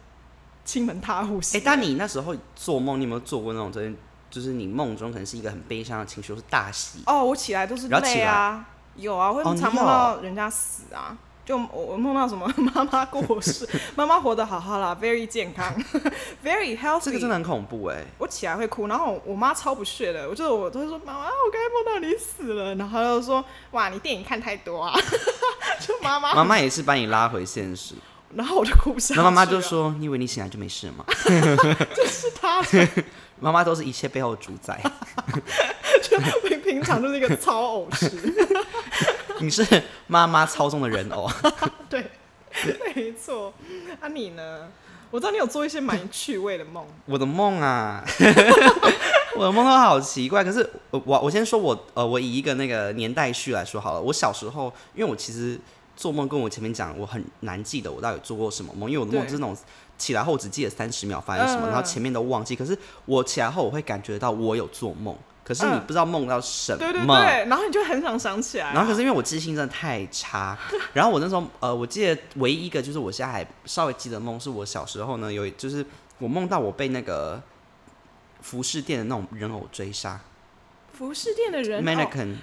[SPEAKER 2] 亲门踏户
[SPEAKER 1] 哎、
[SPEAKER 2] 型。
[SPEAKER 1] 但你那时候做梦，你有没有做过那种真的，就是你梦中可能是一个很悲伤的情绪，或是大喜？
[SPEAKER 2] 哦，我起来都是
[SPEAKER 1] 然后起
[SPEAKER 2] 累啊，有啊，我
[SPEAKER 1] 哦
[SPEAKER 2] 会
[SPEAKER 1] 你
[SPEAKER 2] 常梦
[SPEAKER 1] 有
[SPEAKER 2] 到人家死啊。就我我梦到什么 妈妈过世，妈妈活得好好啦，very 健康 ，very healthy，
[SPEAKER 1] 这个真的很恐怖哎、
[SPEAKER 2] 我起来会哭，然后我我妈超不屑的，我就我都会说妈妈，我刚才梦到你死了，然后她就说哇，你电影看太多啊， 就妈妈，
[SPEAKER 1] 妈妈也是把你拉回现实，
[SPEAKER 2] 然后我就哭不下去
[SPEAKER 1] 那
[SPEAKER 2] 了。
[SPEAKER 1] 妈妈就说：“你以为你醒来就没事吗
[SPEAKER 2] 是她，就？”
[SPEAKER 1] 妈妈都是一切背后的主宰，
[SPEAKER 2] 平平常就是一个超偶师，
[SPEAKER 1] 你是妈妈操纵的人偶。
[SPEAKER 2] 对，没错。啊你呢？我知道你有做一些蛮趣味的梦，
[SPEAKER 1] 我的梦 啊，我的梦都好奇怪。可是呃我我先说我呃，我以一个那个年代序来说好了。我小时候，因为我其实做梦，跟我前面讲，我很难记得我到底做过什么梦，因为我的梦
[SPEAKER 2] 对
[SPEAKER 1] 就是那种起来后只记得三十秒发生什
[SPEAKER 2] 嗯
[SPEAKER 1] 么，然后前面都忘记。可是我起来后，我会感觉到我有做梦，可是你
[SPEAKER 2] 嗯
[SPEAKER 1] 不知道梦到什么。
[SPEAKER 2] 对对对，然后你就很想想起来啊、
[SPEAKER 1] 然后可是因为我记性真的太 差，然后我那时候呃，我记得唯一一个就是我现在还稍微记得梦，是我小时候呢有就是我梦到我被那个服饰店的那种人偶追杀
[SPEAKER 2] 服饰店的人偶，
[SPEAKER 1] ，mannequin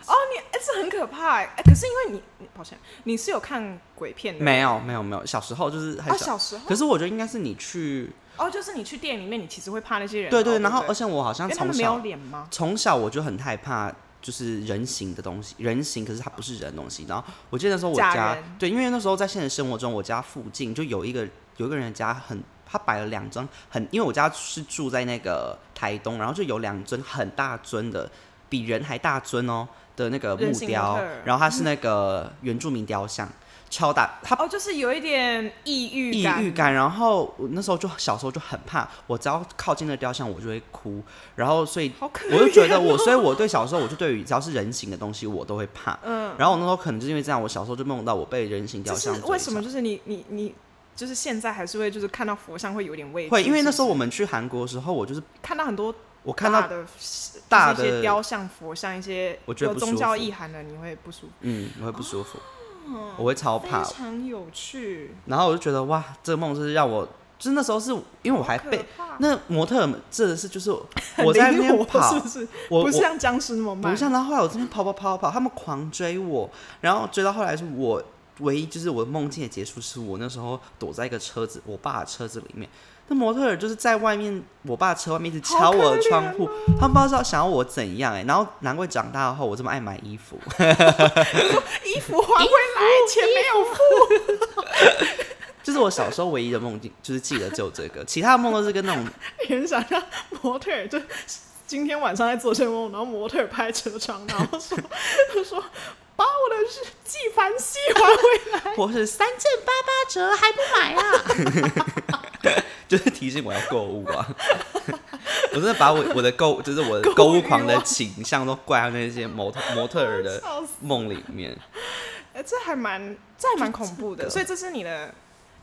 [SPEAKER 2] 哎、这很可怕哎、哎可是因为你你，抱歉，你是有看鬼片的，
[SPEAKER 1] 没有没有没有，小时候就是很
[SPEAKER 2] 哦，
[SPEAKER 1] 小，
[SPEAKER 2] 小时候
[SPEAKER 1] 可是我觉得应该是你去
[SPEAKER 2] 哦，就是你去店里面，你其实会怕那些人偶，哦
[SPEAKER 1] 对
[SPEAKER 2] 对
[SPEAKER 1] 对，
[SPEAKER 2] 不
[SPEAKER 1] 然后
[SPEAKER 2] 对
[SPEAKER 1] 而且我好像
[SPEAKER 2] 因为他
[SPEAKER 1] 从
[SPEAKER 2] 们没有
[SPEAKER 1] 小
[SPEAKER 2] 脸吗？
[SPEAKER 1] 从小我就很害怕。就是人形的东西，人形可是它不是人的东西。然后我记得那时候我
[SPEAKER 2] 假
[SPEAKER 1] 家
[SPEAKER 2] 人
[SPEAKER 1] 对，因为那时候在现实生活中，我家附近就有一个有一个人家很，他摆了两张很，因为我家是住在那个台东，然后就有两尊很大尊的，比人还大尊哦的那个木
[SPEAKER 2] 人形模
[SPEAKER 1] 雕
[SPEAKER 2] 特儿，
[SPEAKER 1] 然后它是那个原住民雕像，超大，它
[SPEAKER 2] 哦，就是有一点抑郁
[SPEAKER 1] 抑
[SPEAKER 2] 感，
[SPEAKER 1] 郁感，然后我那时候就小时候就很怕，我只要靠近那雕像，我就会哭，然后所以
[SPEAKER 2] 好可怜、
[SPEAKER 1] 我就觉得我，所以我对小时候我就对于只要是人形的东西我都会怕，
[SPEAKER 2] 嗯，
[SPEAKER 1] 然后我那时候可能就是因为这样，我小时候就梦到我被人形雕
[SPEAKER 2] 就
[SPEAKER 1] 像
[SPEAKER 2] 是
[SPEAKER 1] 追
[SPEAKER 2] 为什么
[SPEAKER 1] 杀
[SPEAKER 2] 就是你你你就是现在还是会就是看到佛像会有点畏惧，
[SPEAKER 1] 会？因为那
[SPEAKER 2] 是
[SPEAKER 1] 时候我们去韩国的时候，我就是
[SPEAKER 2] 不是看到很多
[SPEAKER 1] 我看
[SPEAKER 2] 大
[SPEAKER 1] 到
[SPEAKER 2] 的
[SPEAKER 1] 大
[SPEAKER 2] 就是一些
[SPEAKER 1] 的
[SPEAKER 2] 雕像、佛像一些
[SPEAKER 1] 我觉得
[SPEAKER 2] 有
[SPEAKER 1] 不舒服
[SPEAKER 2] 宗教意涵的，你会不舒服。
[SPEAKER 1] 嗯，我会不舒服，我会超
[SPEAKER 2] 哦非
[SPEAKER 1] 怕，
[SPEAKER 2] 常有趣，
[SPEAKER 1] 然后我就觉得哇，这个梦就是让我，就是那时候是因为我还
[SPEAKER 2] 可
[SPEAKER 1] 哎被。
[SPEAKER 2] 怕
[SPEAKER 1] 那模特儿真的是就是
[SPEAKER 2] 很
[SPEAKER 1] 我在那
[SPEAKER 2] 灵
[SPEAKER 1] 边
[SPEAKER 2] 活
[SPEAKER 1] 跑，
[SPEAKER 2] 是不是？
[SPEAKER 1] 我
[SPEAKER 2] 不
[SPEAKER 1] 我
[SPEAKER 2] 像僵尸那么慢，
[SPEAKER 1] 不像，然后后来我这边跑跑跑跑跑，他们狂追我，然后追到后来是我唯一就是我梦境的结束，是我那时候躲在一个车子，我爸的车子里面。那模特儿就是在外面，我爸车外面一直敲
[SPEAKER 2] 好可
[SPEAKER 1] 我的
[SPEAKER 2] 怜哦
[SPEAKER 1] 窗户，他们不知道想要我怎样哎、然后难怪长大后我这么爱买衣服，
[SPEAKER 2] 衣服还回来，钱没有付。
[SPEAKER 1] 就是我小时候唯一的梦境，就是记得只有这个，其他的梦都是跟那种
[SPEAKER 2] 你很想让模特儿就今天晚上在做这个梦，然后模特儿拍车窗，然后说就说把我的纪梵希还回来。
[SPEAKER 1] 或是三件八八折还不买啊， 就是提醒我要购物啊。 我真的把我我的购物，就是我 的购
[SPEAKER 2] 购物
[SPEAKER 1] 物
[SPEAKER 2] 欲
[SPEAKER 1] 狂的
[SPEAKER 2] 望
[SPEAKER 1] 倾向都怪到那些模特 模特儿的
[SPEAKER 2] 笑死
[SPEAKER 1] 梦里面。
[SPEAKER 2] 哎，这还蛮这还蛮恐怖的，
[SPEAKER 1] 这个
[SPEAKER 2] 所以这是你的。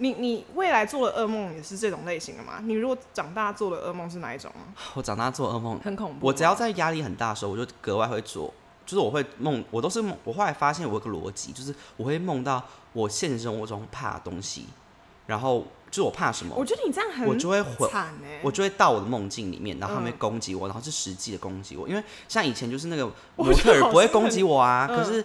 [SPEAKER 2] 你你未来做的噩梦也是这种类型的吗？你如果长大做的噩梦是哪一种啊？
[SPEAKER 1] 我长大做噩梦，
[SPEAKER 2] 很恐怖吗。
[SPEAKER 1] 我只要在压力很大的时候，我就格外会做，就是我会梦，我都是梦。我后来发现我有个逻辑，就是我会梦到我现实生活中怕的东西，然后就是我怕什么
[SPEAKER 2] 我，觉得你这样很
[SPEAKER 1] 我就会混
[SPEAKER 2] 惨哎、
[SPEAKER 1] 我就会到我的梦境里面，然后他们
[SPEAKER 2] 嗯
[SPEAKER 1] 会攻击我，然后是实际的攻击我。因为像以前就是那个
[SPEAKER 2] 我
[SPEAKER 1] 模
[SPEAKER 2] 觉
[SPEAKER 1] 特
[SPEAKER 2] 得
[SPEAKER 1] 儿
[SPEAKER 2] 好
[SPEAKER 1] 不会
[SPEAKER 2] 像
[SPEAKER 1] 攻击我啊，
[SPEAKER 2] 很嗯
[SPEAKER 1] 可是、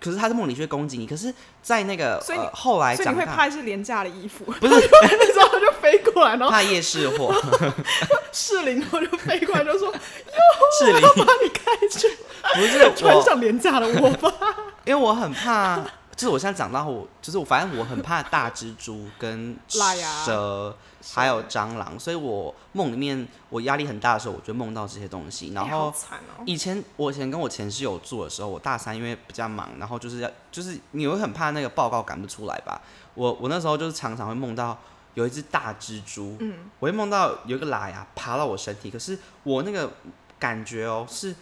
[SPEAKER 1] 可是他在梦里却攻击你。可是，在那个
[SPEAKER 2] 所以你
[SPEAKER 1] 呃、后来
[SPEAKER 2] 所以你
[SPEAKER 1] 长
[SPEAKER 2] 会
[SPEAKER 1] 大
[SPEAKER 2] 拍一些廉价的衣服，
[SPEAKER 1] 不 是
[SPEAKER 2] 你知道就飞过来，然后
[SPEAKER 1] 怕夜市货，
[SPEAKER 2] 适龄后就飞过来，就说
[SPEAKER 1] 是
[SPEAKER 2] 我
[SPEAKER 1] 林
[SPEAKER 2] 要把你开去，
[SPEAKER 1] 不是
[SPEAKER 2] 穿
[SPEAKER 1] 我，
[SPEAKER 2] 上廉价的我吧。
[SPEAKER 1] 因为我很怕。就是我现在长大后，我就是我，反正我很怕大蜘蛛 跟
[SPEAKER 2] 拉牙
[SPEAKER 1] 蛇，还有蟑螂，所以我梦里面我压力很大的时候，我就梦到这些东西，然
[SPEAKER 2] 哎好
[SPEAKER 1] 后
[SPEAKER 2] 惨哦，
[SPEAKER 1] 以前我以前跟我前室友住的时候，我大三因为比较忙，然后就是要就是你会很怕那个报告赶不出来吧？我我那时候就是常常会梦到有一只大蜘蛛，嗯，我会梦到有一个喇牙爬到我身体，可是我那个感觉哦是。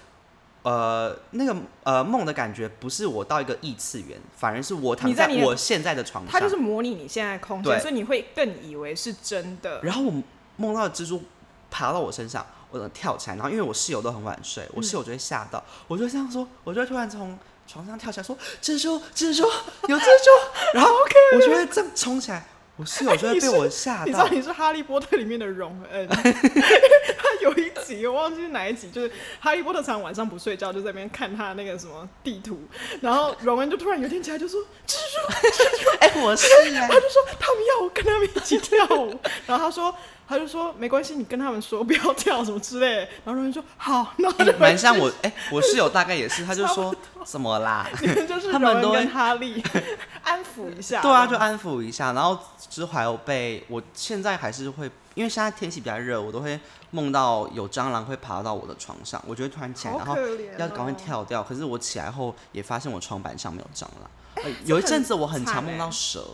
[SPEAKER 1] 呃，那个呃梦的感觉不是我到一个异次元，反而是我躺
[SPEAKER 2] 你在你的
[SPEAKER 1] 我现在的床上，
[SPEAKER 2] 它就是模拟你现在的空间，
[SPEAKER 1] 对
[SPEAKER 2] 所以你会更以为是真的。
[SPEAKER 1] 然后我梦到蜘蛛爬到我身上，我跳起来，然后因为我室友都很晚睡，
[SPEAKER 2] 嗯
[SPEAKER 1] 我室友就会吓到，我就这样说，我就会突然从床上跳起来说：“蜘蛛，蜘蛛，有蜘 蛛！”然后我就会这样冲起来，我室友就
[SPEAKER 2] 你
[SPEAKER 1] 会被
[SPEAKER 2] 是
[SPEAKER 1] 我吓
[SPEAKER 2] 哎你知道
[SPEAKER 1] 到。
[SPEAKER 2] 你是《哈利波特》里面的荣恩， 他有一集我忘记是哪一集，就是哈利波特常常晚上不睡觉，就在那边看他那个什么地图，然后荣恩就突然有一天起来就说：“蜘蛛，
[SPEAKER 1] 哎、我是 哎、
[SPEAKER 2] 他就说他们要我跟他们一起跳舞， 然后他说他就说没关系，你跟他们说不要跳什么之类的。然后荣恩说好，然后
[SPEAKER 1] 哎
[SPEAKER 2] 就
[SPEAKER 1] 蛮、像我哎、我室友大概也是，他就说怎么啦？
[SPEAKER 2] 你们就是
[SPEAKER 1] 他
[SPEAKER 2] 荣
[SPEAKER 1] 们
[SPEAKER 2] 恩
[SPEAKER 1] 都会
[SPEAKER 2] 跟哈利 安抚一下，
[SPEAKER 1] 对啊，就安抚一下。然后之后还有被我现在还是会，因为现在天气比较热，我都会梦到有蟑螂会爬到我的床上，我就会突然起来，
[SPEAKER 2] 好
[SPEAKER 1] 然后
[SPEAKER 2] 可怜、哦，
[SPEAKER 1] 要赶快。跳掉。可是我起来后也发现我床板上没有蟑 螂。呃有一阵子我很常
[SPEAKER 2] 欸
[SPEAKER 1] 梦到蛇，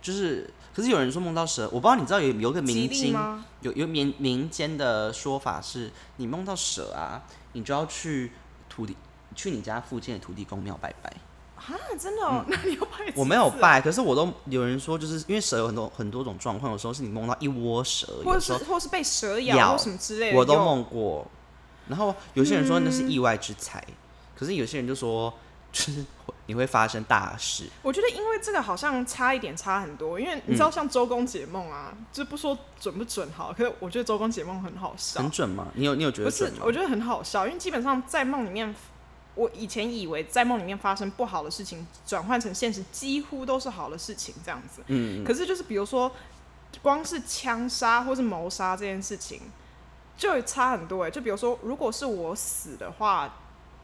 [SPEAKER 1] 就是可是有人说梦到蛇，我不知道你知道有有个
[SPEAKER 2] 吉
[SPEAKER 1] 民
[SPEAKER 2] 利
[SPEAKER 1] 间
[SPEAKER 2] 吗？
[SPEAKER 1] 有有民民间的说法是，你梦到蛇啊，你就要去土地去你家附近的土地公庙拜拜。
[SPEAKER 2] 啊，真的、哦？那你要拜？
[SPEAKER 1] 嗯我没有，拜，可是我都有人说，就是因为蛇有很多很多种状况，有时候是你梦到一窝蛇，
[SPEAKER 2] 或
[SPEAKER 1] 有
[SPEAKER 2] 者
[SPEAKER 1] 时
[SPEAKER 2] 是
[SPEAKER 1] 候
[SPEAKER 2] 或是被蛇
[SPEAKER 1] 咬
[SPEAKER 2] 或什么之类的，
[SPEAKER 1] 我都
[SPEAKER 2] 有嗯
[SPEAKER 1] 梦过。然后有些人说那是意外之财，可是有些人就说就是你会发生大事。
[SPEAKER 2] 我觉得因为这个好像差一点差很多，因为你
[SPEAKER 1] 嗯
[SPEAKER 2] 知道像周公解梦啊，就不说准不准好，可是我觉得周公解梦很好笑
[SPEAKER 1] 很，准吗？你有你有觉
[SPEAKER 2] 不
[SPEAKER 1] 得
[SPEAKER 2] 是
[SPEAKER 1] 准吗？
[SPEAKER 2] 我觉得很好笑，因为基本上在梦里面，我以前以为在梦里面发生不好的事情，转换成现实几乎都是好的事情这样子。
[SPEAKER 1] 嗯，
[SPEAKER 2] 可是就是比如说，光是枪杀或是谋杀这件事情，就差很多哎、就比如说，如果是我死的话，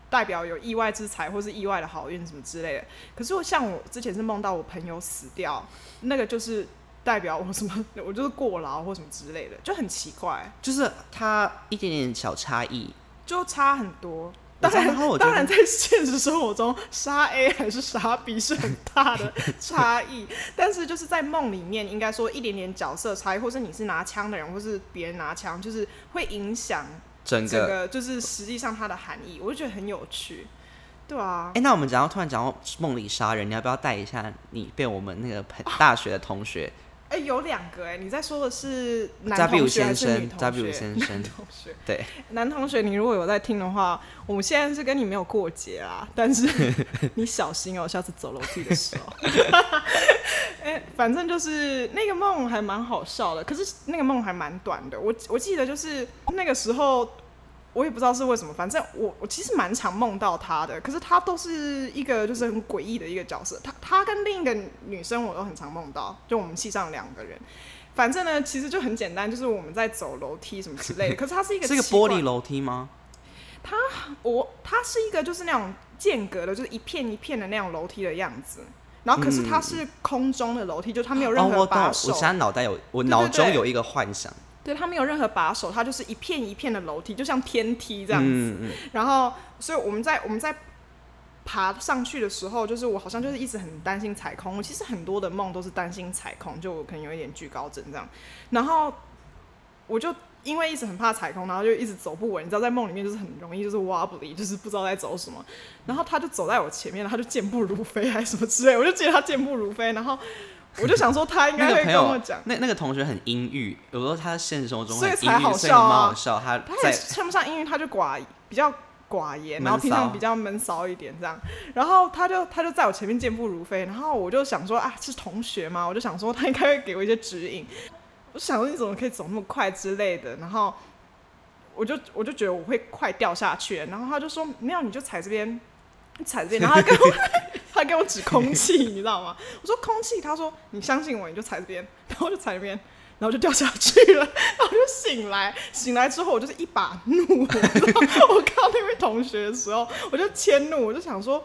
[SPEAKER 2] 代表有意外之财或是意外的好运什么之类的。可是我像我之前是梦到我朋友死掉，那个就是代表我什么，我就是过劳或什么之类的，就很奇怪，
[SPEAKER 1] 就是它一点点小差异。
[SPEAKER 2] 就差很多。
[SPEAKER 1] 我
[SPEAKER 2] 当
[SPEAKER 1] 知道然后我
[SPEAKER 2] 然，
[SPEAKER 1] 觉得
[SPEAKER 2] 当然，在现实生活中，杀 A 还是杀 B 是很大的差异。 但是就是在梦里面，应该说一点点角色差异，或是你是拿枪的人，或是别人拿枪，就是会影响
[SPEAKER 1] 整
[SPEAKER 2] 整
[SPEAKER 1] 个
[SPEAKER 2] 个，就是实际上它的含义，我就觉得很有趣。对啊
[SPEAKER 1] 哎、，那我们讲到突然讲到梦里杀人，你要不要带一下你被我们那个朋
[SPEAKER 2] 哦
[SPEAKER 1] 大学的同学
[SPEAKER 2] 哎、有两个哎、你在说的是男同
[SPEAKER 1] W
[SPEAKER 2] 学还
[SPEAKER 1] 先
[SPEAKER 2] 是女
[SPEAKER 1] 生
[SPEAKER 2] 同学？
[SPEAKER 1] ？W 先生，
[SPEAKER 2] 同学，
[SPEAKER 1] 对，
[SPEAKER 2] 男同学，你如果有在听的话，我们现在是跟你没有过节啦，但 是你小心哦、下次走楼梯的时候。 哎、反正就是那个梦还蛮好笑的，可是那个梦还蛮短的。我我记得就是那个时候，我也不知道是为什么，反正我我其实蛮常梦到他的，可是他都是一个就是很诡异的一个角色。他他跟另一个女生我都很常梦到，就我们系上两个人。反正呢，其实就很简单，就是我们在走楼梯什么之 类的。可是 它是一个
[SPEAKER 1] 是一个
[SPEAKER 2] 奇怪
[SPEAKER 1] 玻璃楼梯吗？
[SPEAKER 2] 我它是一个就是那种间隔的，就是一片一片的那种楼梯的样子。然后可是它是空中的楼梯，就它没有任
[SPEAKER 1] 嗯哦，
[SPEAKER 2] 何
[SPEAKER 1] 我懂，
[SPEAKER 2] 把
[SPEAKER 1] 我
[SPEAKER 2] 手，
[SPEAKER 1] 现在脑袋有，我
[SPEAKER 2] 对对
[SPEAKER 1] 脑中
[SPEAKER 2] 对
[SPEAKER 1] 有一个幻想，
[SPEAKER 2] 对，它没有任何把手，它就是一片一片的楼梯，就像天梯这样子。
[SPEAKER 1] 嗯嗯，
[SPEAKER 2] 然后，所以我们在我们在爬上去的时候，就是我好像就是一直很担心踩空。我其实很多的梦都是担心踩空，就我可能有一点惧高症这样。然后我就因为一直很怕踩空，然后就一直走不稳。你知道，在梦里面就是很容易就是 wobbly，就是不知道在走什么。然后他就走在我前面，他就健步如飞还是什么之类，我就记得他健步如飞。然后我就想说他应
[SPEAKER 1] 那
[SPEAKER 2] 该
[SPEAKER 1] 个
[SPEAKER 2] 会
[SPEAKER 1] 朋
[SPEAKER 2] 跟我
[SPEAKER 1] 友
[SPEAKER 2] 讲，，
[SPEAKER 1] 那那个同学很阴郁，有时候他现实生活中
[SPEAKER 2] 所以
[SPEAKER 1] 很阴郁，所
[SPEAKER 2] 才好
[SPEAKER 1] 以
[SPEAKER 2] 笑
[SPEAKER 1] 蛮
[SPEAKER 2] 啊
[SPEAKER 1] 好笑。他
[SPEAKER 2] 他也
[SPEAKER 1] 在
[SPEAKER 2] 称不上英语，他就寡比较寡言，
[SPEAKER 1] 闷骚
[SPEAKER 2] 然后平常比较闷骚一点这样。然后他就他就在我前面健步如飞，然后我就想说啊，是同学嘛，我就想说他应该会给我一些指引。我想说你怎么可以走那么快之类的，然后我就我就觉得我会快掉下去，然后他就说没有，你就踩这边，你踩这边，然后他跟我 他跟我指空气，你知道吗？我说空气，他说你相信我，你就踩这边， 然后我就踩这边，然后就掉下去了， 然后我就醒来，醒来之后我就是一把怒， 你知道吗我看到那位同学的时候，我就迁怒，我就想说。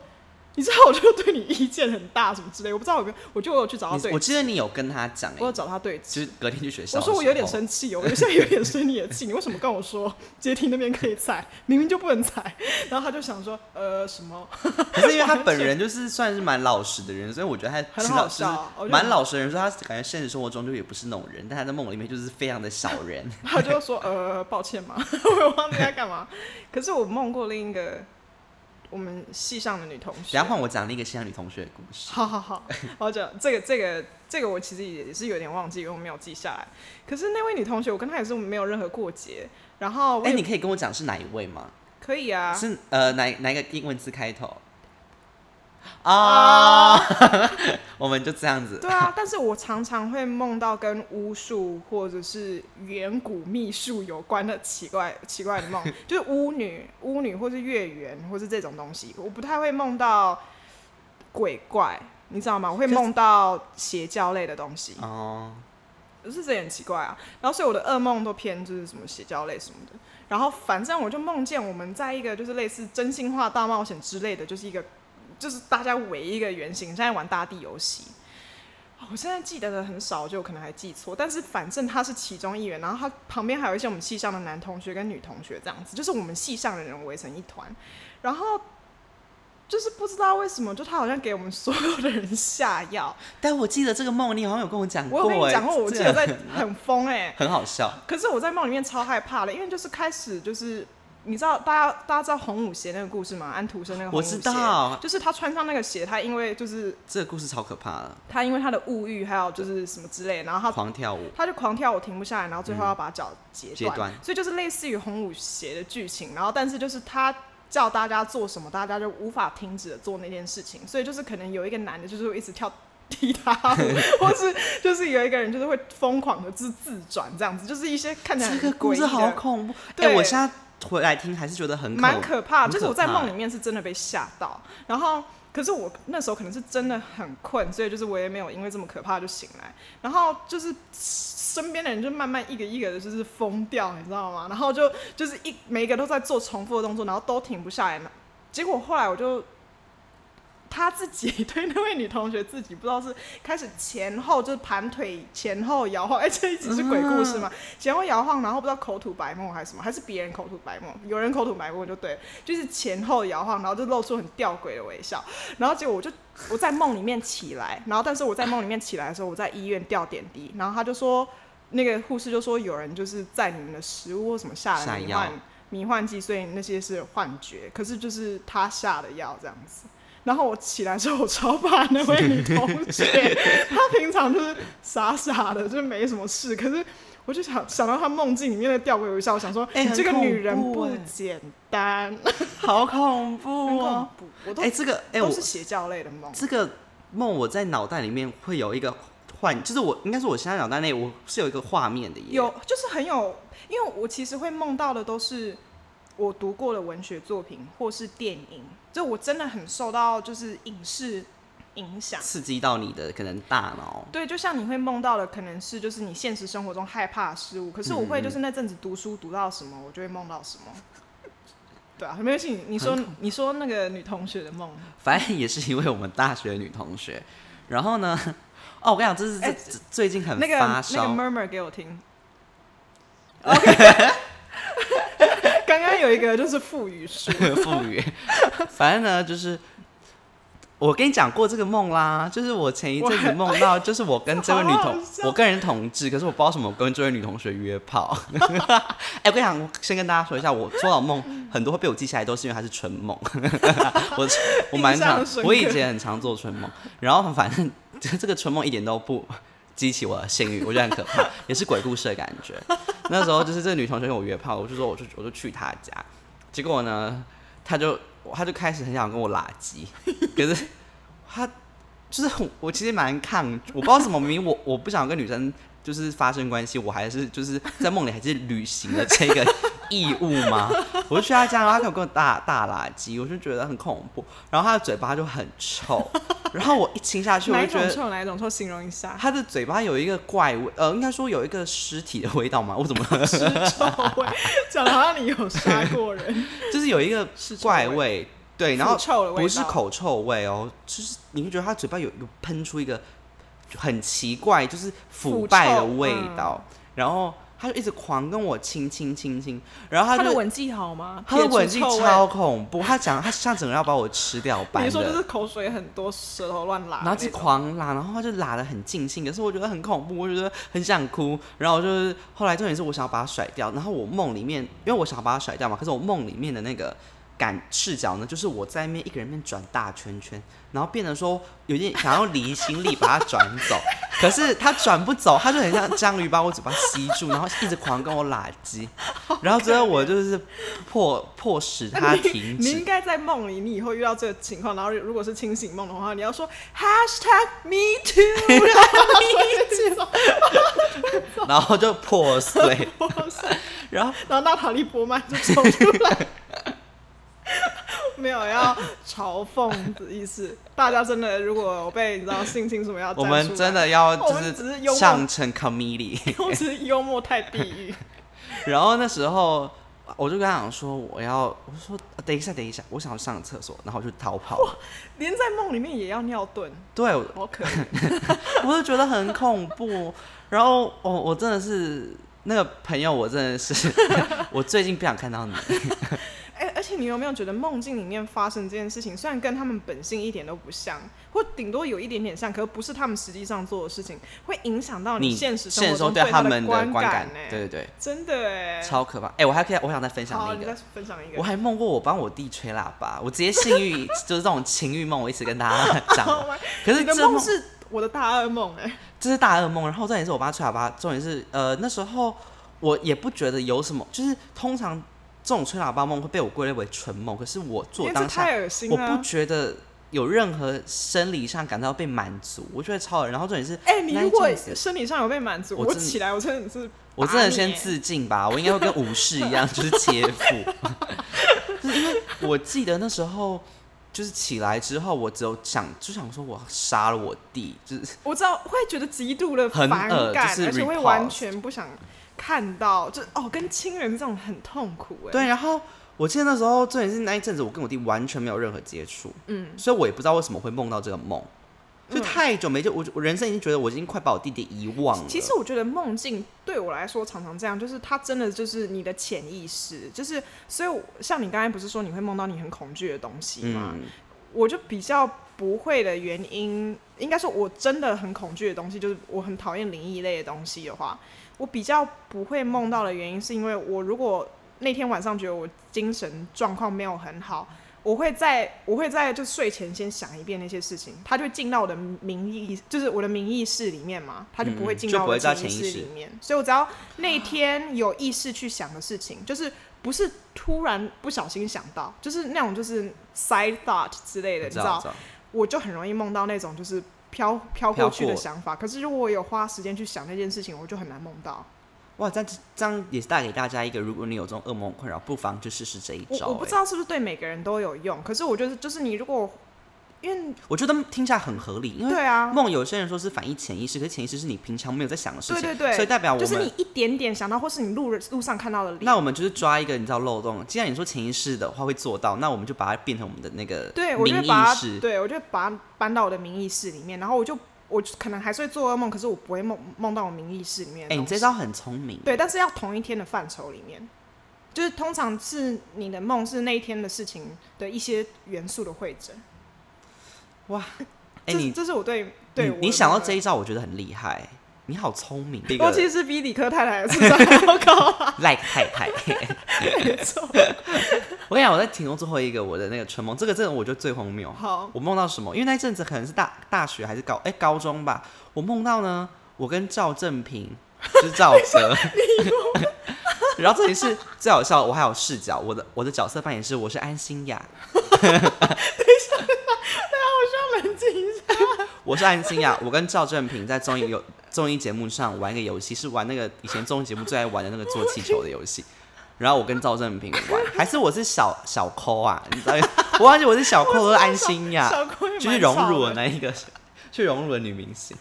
[SPEAKER 2] 你知道，我就对你意见很大什么之类，我不知道有没有，我就有去找他对
[SPEAKER 1] 你，我 记得你有跟他讲、欸，
[SPEAKER 2] 我有找他对峙。
[SPEAKER 1] 就是隔天去学校
[SPEAKER 2] 我
[SPEAKER 1] 的时
[SPEAKER 2] 说
[SPEAKER 1] 候，
[SPEAKER 2] 我有点生气哦，我现在有点生你的气，你为什么跟我说 阶梯那边可以踩，明明就不能踩？然后他就想说，呃，什么？
[SPEAKER 1] 可是因为他本人就是算是蛮老实的人，所以我觉得他
[SPEAKER 2] 很
[SPEAKER 1] 知
[SPEAKER 2] 好
[SPEAKER 1] 道
[SPEAKER 2] 笑啊
[SPEAKER 1] 就
[SPEAKER 2] 我
[SPEAKER 1] 是
[SPEAKER 2] 觉得
[SPEAKER 1] 蛮老实的人，说他感觉现实生活中就也不是那种人，但他在梦里面就是非常的小 人。
[SPEAKER 2] 他就说，呃，抱歉嘛， 我也忘记他干嘛。可是我梦过另一个我们系上的女同学
[SPEAKER 1] 等一下，换我讲另一个西洋女同学的故事。
[SPEAKER 2] 好好好，我讲这个这个这个我其实也是有点忘记，因为我没有记下来。可是那位女同学，我跟她也是没有任何过节，然后我
[SPEAKER 1] 哎、
[SPEAKER 2] 也
[SPEAKER 1] 你可以跟我讲是哪一位吗？
[SPEAKER 2] 可以啊，
[SPEAKER 1] 是呃哪哪一个英文字开头？
[SPEAKER 2] 啊
[SPEAKER 1] 啊， 我们就这样子。
[SPEAKER 2] 对啊，但是我常常会梦到跟巫术或者是远古秘术有关的奇怪奇怪的梦，就是巫女、巫女或是月圆或是这种东西，我不太会梦到鬼怪，你知道吗？我会梦到邪教类的东西，
[SPEAKER 1] 哦，
[SPEAKER 2] 就是这也很奇怪啊。然后所以我的噩梦都偏就是什么邪教类什么的。然后反正我就梦见我们在一个就是类似真心话大冒险之类的，就是一个就是大家围一个圆形，现在玩大地游戏。哦我现在记得的很少，就可能还记错，但是反正他是其中一员，然后他旁边还有一些我们系上的男同学跟女同学这样子，就是我们系上的人围成一团，然后就是不知道为什么，就他好像给我们所有的人下药，
[SPEAKER 1] 但我记得这个梦，你好像有跟我讲过、
[SPEAKER 2] 我
[SPEAKER 1] 欸。
[SPEAKER 2] 有跟你讲过，我
[SPEAKER 1] 这
[SPEAKER 2] 记得
[SPEAKER 1] 个
[SPEAKER 2] 在很疯哎、
[SPEAKER 1] 很好笑。
[SPEAKER 2] 可是我在梦里面超害怕的，因为就是开始就是你知道大家大家知道红舞鞋那个故事吗？安徒生那个红舞
[SPEAKER 1] 我
[SPEAKER 2] 鞋，
[SPEAKER 1] 知道
[SPEAKER 2] 就是他穿上那个鞋，他因为就是
[SPEAKER 1] 这个故事超可怕的，
[SPEAKER 2] 他因为他的物欲还有就是什么之类，然后他
[SPEAKER 1] 狂跳舞，
[SPEAKER 2] 他就狂跳舞停不下来，然后最后要把脚截
[SPEAKER 1] 嗯截断
[SPEAKER 2] 所以就是类似于红舞鞋的剧情。然后但是就是他叫大家做什么，大家就无法停止的做那件事情，所以就是可能有一个男的就是会一直跳。踢 他舞，或是就是有一个人就是会疯狂的自自转这样子，就是一些看起来
[SPEAKER 1] 这
[SPEAKER 2] 很
[SPEAKER 1] 个故
[SPEAKER 2] 诡异
[SPEAKER 1] 事
[SPEAKER 2] 的
[SPEAKER 1] 好恐怖。哎、
[SPEAKER 2] 对
[SPEAKER 1] 我现在回来听还是觉得很恐
[SPEAKER 2] 蛮可怕
[SPEAKER 1] 很
[SPEAKER 2] 的，
[SPEAKER 1] 可
[SPEAKER 2] 就是我在
[SPEAKER 1] 怕
[SPEAKER 2] 梦里面是真的被吓到，然后可是我那时候可能是真的很困，所以就是我也没有因为这么可怕就醒来，然后就是身边的人就慢慢一个一个的就是疯掉，你知道吗？然后就就是一每一个都在做重复的动作，然后都停不下来嘛。结果后来我就。她自己对那位女同学自己不知道是开始前后就是盘腿前后摇晃，哎、这一集是鬼故事嘛？前后摇晃，然后不知道口吐白沫还是什么，还是别人口吐白沫，有人口吐白沫就对了，就是前后摇晃，然后就露出很吊诡的微笑，然后结果我就我在梦里面起来，然后但是我在梦里面起来的时候，我在医院吊点滴，然后他就说那个护士就说有人就是在你们的食物或什么下了
[SPEAKER 1] 下
[SPEAKER 2] 迷
[SPEAKER 1] 药
[SPEAKER 2] 幻迷幻剂，所以那些是幻觉，可是就是他下的药这样子。然后我起来之后，我超怕那位女同学，她平常就是傻傻的，就是没什么事。可是我就想想到她梦境里面的吊诡微笑，我想说，
[SPEAKER 1] 哎
[SPEAKER 2] 你这个
[SPEAKER 1] 很恐
[SPEAKER 2] 女人
[SPEAKER 1] 怖
[SPEAKER 2] 不
[SPEAKER 1] 哎
[SPEAKER 2] 简单，
[SPEAKER 1] 好恐怖
[SPEAKER 2] 很恐
[SPEAKER 1] 哦！
[SPEAKER 2] 怖。我都、
[SPEAKER 1] 哎、这个
[SPEAKER 2] 都
[SPEAKER 1] 哎、哎我
[SPEAKER 2] 是邪教类的梦，
[SPEAKER 1] 这个梦我在脑袋里面会有一个幻，就是我应该说我现在脑袋内我是有一个画面的耶，
[SPEAKER 2] 有就是很有，因为我其实会梦到的都是我读过的文学作品或是电影，就我真的很受到就是影视影响。
[SPEAKER 1] 刺激到你的可能大脑。
[SPEAKER 2] 对，就像你会梦到的，可能是就是你现实生活中害怕的事物，可是我会
[SPEAKER 1] 嗯
[SPEAKER 2] 就是那阵子读书读到什么，我就会梦到什么。对啊，没关系，你你说你说那个女同学的梦，
[SPEAKER 1] 反正也是因为我们大学女同学，然后呢，哦，我跟你讲，这是这、
[SPEAKER 2] 哎
[SPEAKER 1] 这最近很
[SPEAKER 2] 那个
[SPEAKER 1] 发
[SPEAKER 2] 那个
[SPEAKER 1] 烧，
[SPEAKER 2] murmur 给我听。OK，刚刚有一个就是副语 数，
[SPEAKER 1] 富裕，反正呢就是。我跟你讲过这个梦啦，就是我前一阵子梦到，就是我跟这位女
[SPEAKER 2] 好
[SPEAKER 1] 同
[SPEAKER 2] 好，笑
[SPEAKER 1] 我跟人同志，可是我不知道什么，我跟这位女同学约炮。 哎、我跟你讲，我先跟大家说一下，我做到梦很多会被我记下来，都是因为它是春梦。 我我蛮常
[SPEAKER 2] 印象深，刻
[SPEAKER 1] 我以前很常做春梦，然后反正这个春梦一点都不激起我的性欲，我觉得很可怕， 也是鬼故事的感觉。那时候就是这个女同学跟我约炮，我就说我就我就去她家，结果呢，她就她就开始很想跟我拉 鸡，可是她就是我我其实蛮抗，我不知道什么明明我我不想跟女生就是发生关系，我还是就是在梦里还是履行了这个义务嘛。我就去她家，然后她给我跟我大大垃圾，我就觉得很恐怖。然后她的嘴巴就很臭，然后我一亲下去，我
[SPEAKER 2] 哪
[SPEAKER 1] 就
[SPEAKER 2] 一
[SPEAKER 1] 觉
[SPEAKER 2] 种
[SPEAKER 1] 得。
[SPEAKER 2] 臭哪一种臭，形容一下。
[SPEAKER 1] 她的嘴巴有一个怪味，呃，应该说有一个尸体的味道嘛？我怎么
[SPEAKER 2] 尸臭味，讲得好像你有杀过人，
[SPEAKER 1] 就是有一个
[SPEAKER 2] 是臭
[SPEAKER 1] 怪
[SPEAKER 2] 味
[SPEAKER 1] 味？ 对，然后
[SPEAKER 2] 腐臭的味道
[SPEAKER 1] 不是口臭味哦，就是你会觉得他嘴巴有有喷出一个很奇怪，就是腐败的味道，
[SPEAKER 2] 嗯
[SPEAKER 1] 然后他就一直狂跟我亲亲亲亲，然后
[SPEAKER 2] 他
[SPEAKER 1] 他
[SPEAKER 2] 的
[SPEAKER 1] 就
[SPEAKER 2] 吻技好吗？
[SPEAKER 1] 他的
[SPEAKER 2] 撇除
[SPEAKER 1] 吻技
[SPEAKER 2] 臭味
[SPEAKER 1] 超恐怖，他讲他像整个要把我吃掉 般
[SPEAKER 2] 你
[SPEAKER 1] 的，
[SPEAKER 2] 说就是口水很多，舌头乱拉的那种，
[SPEAKER 1] 然后就狂拉，然后他就拉的很尽兴，可是我觉得很恐怖，我觉得很想哭。然后我就是后来重点是我想要把他甩掉，然后我梦里面，因为我想要把他甩掉嘛，可是我梦里面的那个感视角呢，就是我在面一个人面转大圈圈，然后变得说有点想要离心力把他转走， 可是他转不走，他就很像章鱼把我嘴巴吸住，然后一直狂跟我拉鸡，然后最后我就是迫迫使 他
[SPEAKER 2] 你
[SPEAKER 1] 停
[SPEAKER 2] 你应
[SPEAKER 1] 止。
[SPEAKER 2] 该在梦里，你以后遇到这个情况，然后如果是清醒梦的话，你要说 hashtag me too，然后你种
[SPEAKER 1] 然后就破 碎，
[SPEAKER 2] 波士，
[SPEAKER 1] 然后
[SPEAKER 2] 然后娜塔莉波曼就走出来。没有要嘲讽的意思，大家真的如果有被你知道性侵什么要站出
[SPEAKER 1] 我们
[SPEAKER 2] 来哦
[SPEAKER 1] 真的要
[SPEAKER 2] 我
[SPEAKER 1] 就
[SPEAKER 2] 们只是幽默
[SPEAKER 1] 上成 comedy，
[SPEAKER 2] 我只是幽默太地狱。
[SPEAKER 1] 然后那时候我就跟他讲说我要，我就说呃等一下等一下，我想上厕所，然后我就逃跑了。
[SPEAKER 2] 连在梦里面也要尿遁，
[SPEAKER 1] 对，我
[SPEAKER 2] 好可怜。
[SPEAKER 1] 我就觉得很恐怖。 然后我我真 的 是那个朋友，我真的是我最近不想看到你，
[SPEAKER 2] 哎、而且你有没有觉得梦境里面发生这件事情，虽然跟他们本性一点都不像，或顶多有一点点像，可不是他们实际上做的事情，会影响到
[SPEAKER 1] 你
[SPEAKER 2] 哦现实生
[SPEAKER 1] 现
[SPEAKER 2] 活
[SPEAKER 1] 实
[SPEAKER 2] 中
[SPEAKER 1] 对
[SPEAKER 2] 他
[SPEAKER 1] 们的
[SPEAKER 2] 观欸
[SPEAKER 1] 观感，
[SPEAKER 2] 呢、
[SPEAKER 1] 对对对，
[SPEAKER 2] 真的哎、
[SPEAKER 1] 超可怕。哎、我还可以，我想再分享
[SPEAKER 2] 好，
[SPEAKER 1] 一
[SPEAKER 2] 你
[SPEAKER 1] 个
[SPEAKER 2] 再，分享一个。
[SPEAKER 1] 我还梦过我帮我弟吹喇叭，我直接性欲 就是这种情欲梦，我一直跟大家 讲了。可
[SPEAKER 2] Oh
[SPEAKER 1] 是
[SPEAKER 2] 你的
[SPEAKER 1] 这
[SPEAKER 2] 梦是我的大噩梦哎、
[SPEAKER 1] 这是大噩梦。然后重点是我爸吹喇叭，重点是呃那时候我也不觉得有什么，就是通常这种吹喇叭梦会被我归类为纯梦，可是我
[SPEAKER 2] 因
[SPEAKER 1] 做
[SPEAKER 2] 为这
[SPEAKER 1] 当下
[SPEAKER 2] 太恶心
[SPEAKER 1] 我
[SPEAKER 2] 了、
[SPEAKER 1] 不觉得有任何生理上感到被满足，我觉得超人。然后重点是，
[SPEAKER 2] 哎、你
[SPEAKER 1] 那一
[SPEAKER 2] 如果
[SPEAKER 1] 阵子
[SPEAKER 2] 身体上有被满足，
[SPEAKER 1] 我
[SPEAKER 2] 我
[SPEAKER 1] 真
[SPEAKER 2] 起来我真的是
[SPEAKER 1] 我真的先
[SPEAKER 2] 拔你
[SPEAKER 1] 自尽吧，我应该会跟武士一样，就是切 腹。就是因为我记得那时候。就是起来之后，我只有想，就想说我要杀了我弟，就是
[SPEAKER 2] 我知道会觉得极度的
[SPEAKER 1] 很
[SPEAKER 2] 反
[SPEAKER 1] 恶
[SPEAKER 2] 感，
[SPEAKER 1] 就是
[SPEAKER 2] 而且会
[SPEAKER 1] repulsed
[SPEAKER 2] 完全不想看到，就哦，跟亲人这种很痛苦哎、
[SPEAKER 1] 对。然后我记得那时候，重点是那一阵子，我跟我弟完全没有任何接触，
[SPEAKER 2] 嗯，
[SPEAKER 1] 所以我也不知道为什么会梦到这个梦，就
[SPEAKER 2] 嗯
[SPEAKER 1] 太久没就我我人生已经觉得我已经快把我弟弟遗忘了。
[SPEAKER 2] 其实我觉得梦境对我来说常常这样，就是它真的就是你的潜意识，就是所以我像你刚才不是说你会梦到你很恐惧的东西吗？
[SPEAKER 1] 嗯，
[SPEAKER 2] 我就比较不会的原因，应该说我真的很恐惧的东西，就是我很讨厌灵异类的东西的话，我比较不会梦到的原因，是因为我如果那天晚上觉得我精神状况没有很好，我会在我会在就睡前先想一遍那些事情，它就会进到我的明意，就是我的明意识里面嘛，它就不会进到我的
[SPEAKER 1] 嗯就不会到
[SPEAKER 2] 潜意
[SPEAKER 1] 潜意
[SPEAKER 2] 识
[SPEAKER 1] 识
[SPEAKER 2] 里面，所以我只要那天有意识去想的事情，就是不是突然不小心想到，就是那种就是 side thought 之类的，你
[SPEAKER 1] 我知
[SPEAKER 2] 知
[SPEAKER 1] 道
[SPEAKER 2] 道
[SPEAKER 1] 我，知道，
[SPEAKER 2] 我就很容易梦到那种就是飘飘
[SPEAKER 1] 飘
[SPEAKER 2] 过去的
[SPEAKER 1] 过
[SPEAKER 2] 想法。可是如果我有花时间去想那件事情，我就很难梦到。
[SPEAKER 1] 哇，这样这样也是带给大家一个，如果你有这种噩梦困扰，不妨就试试这一
[SPEAKER 2] 我
[SPEAKER 1] 招、
[SPEAKER 2] 我不知
[SPEAKER 1] 欸
[SPEAKER 2] 道是不是对每个人都有用，可是我觉得就是你如果因为
[SPEAKER 1] 欸我觉得听起来很合理，因为
[SPEAKER 2] 对啊，
[SPEAKER 1] 梦有些人说是反映潜意识，可是潜意识是你平常没有在想的事情，
[SPEAKER 2] 对对对
[SPEAKER 1] 所以代表我
[SPEAKER 2] 就
[SPEAKER 1] 们、
[SPEAKER 2] 是你一点点想到，或是你路人路上看到的
[SPEAKER 1] 那
[SPEAKER 2] 脸。
[SPEAKER 1] 我们就是抓一个你知道漏洞，既然你说潜意识的话会做到，那我们就把它变成我们的那个
[SPEAKER 2] 对，我就
[SPEAKER 1] 明
[SPEAKER 2] 会
[SPEAKER 1] 意
[SPEAKER 2] 把它，
[SPEAKER 1] 识。
[SPEAKER 2] 对我就会把它搬到我的名意识里面，然后我就我可能还是会做噩梦，可是我不会梦梦到我名意识里面
[SPEAKER 1] 哎、
[SPEAKER 2] 的东
[SPEAKER 1] 你
[SPEAKER 2] 西。
[SPEAKER 1] 这招很聪明。
[SPEAKER 2] 对，，但是要同一天的范畴里面，就是通常是你的梦是那一天的事情的一些元素的汇整。
[SPEAKER 1] 哎、
[SPEAKER 2] 这
[SPEAKER 1] 你
[SPEAKER 2] 这是我对对
[SPEAKER 1] 你
[SPEAKER 2] 我的
[SPEAKER 1] 你想到
[SPEAKER 2] 那个
[SPEAKER 1] 这一招，我觉得很厉害。你好聪明，这
[SPEAKER 2] 我
[SPEAKER 1] 个
[SPEAKER 2] 其实是比理科太太的智商还要高啊，
[SPEAKER 1] like 太太。
[SPEAKER 2] 没错。
[SPEAKER 1] 我跟你讲，我在提供最后一个我的那个春梦，这个真的我觉得最荒谬。
[SPEAKER 2] 好，
[SPEAKER 1] 我梦到什么？因为那一阵子可能是大大学还是高哎、高中吧，我梦到呢，我跟赵正平就是赵哲， 然后这里是最好笑的，我还有视角，我的我的角色扮演是我是安心雅，
[SPEAKER 2] 我需要冷静一下。
[SPEAKER 1] 我是安心啊 雅，我跟赵正平在综艺有综艺节目上玩一个游戏，是玩那个以前综艺节目最爱玩的那个做气球的游戏。然后我跟赵正平玩，还是我是小小抠啊，你知道？ 我忘记我是小抠，我是安心雅，
[SPEAKER 2] 小扣也蛮
[SPEAKER 1] 就是荣辱
[SPEAKER 2] 吵
[SPEAKER 1] 的
[SPEAKER 2] 的
[SPEAKER 1] 那一个， 去荣辱的女明星。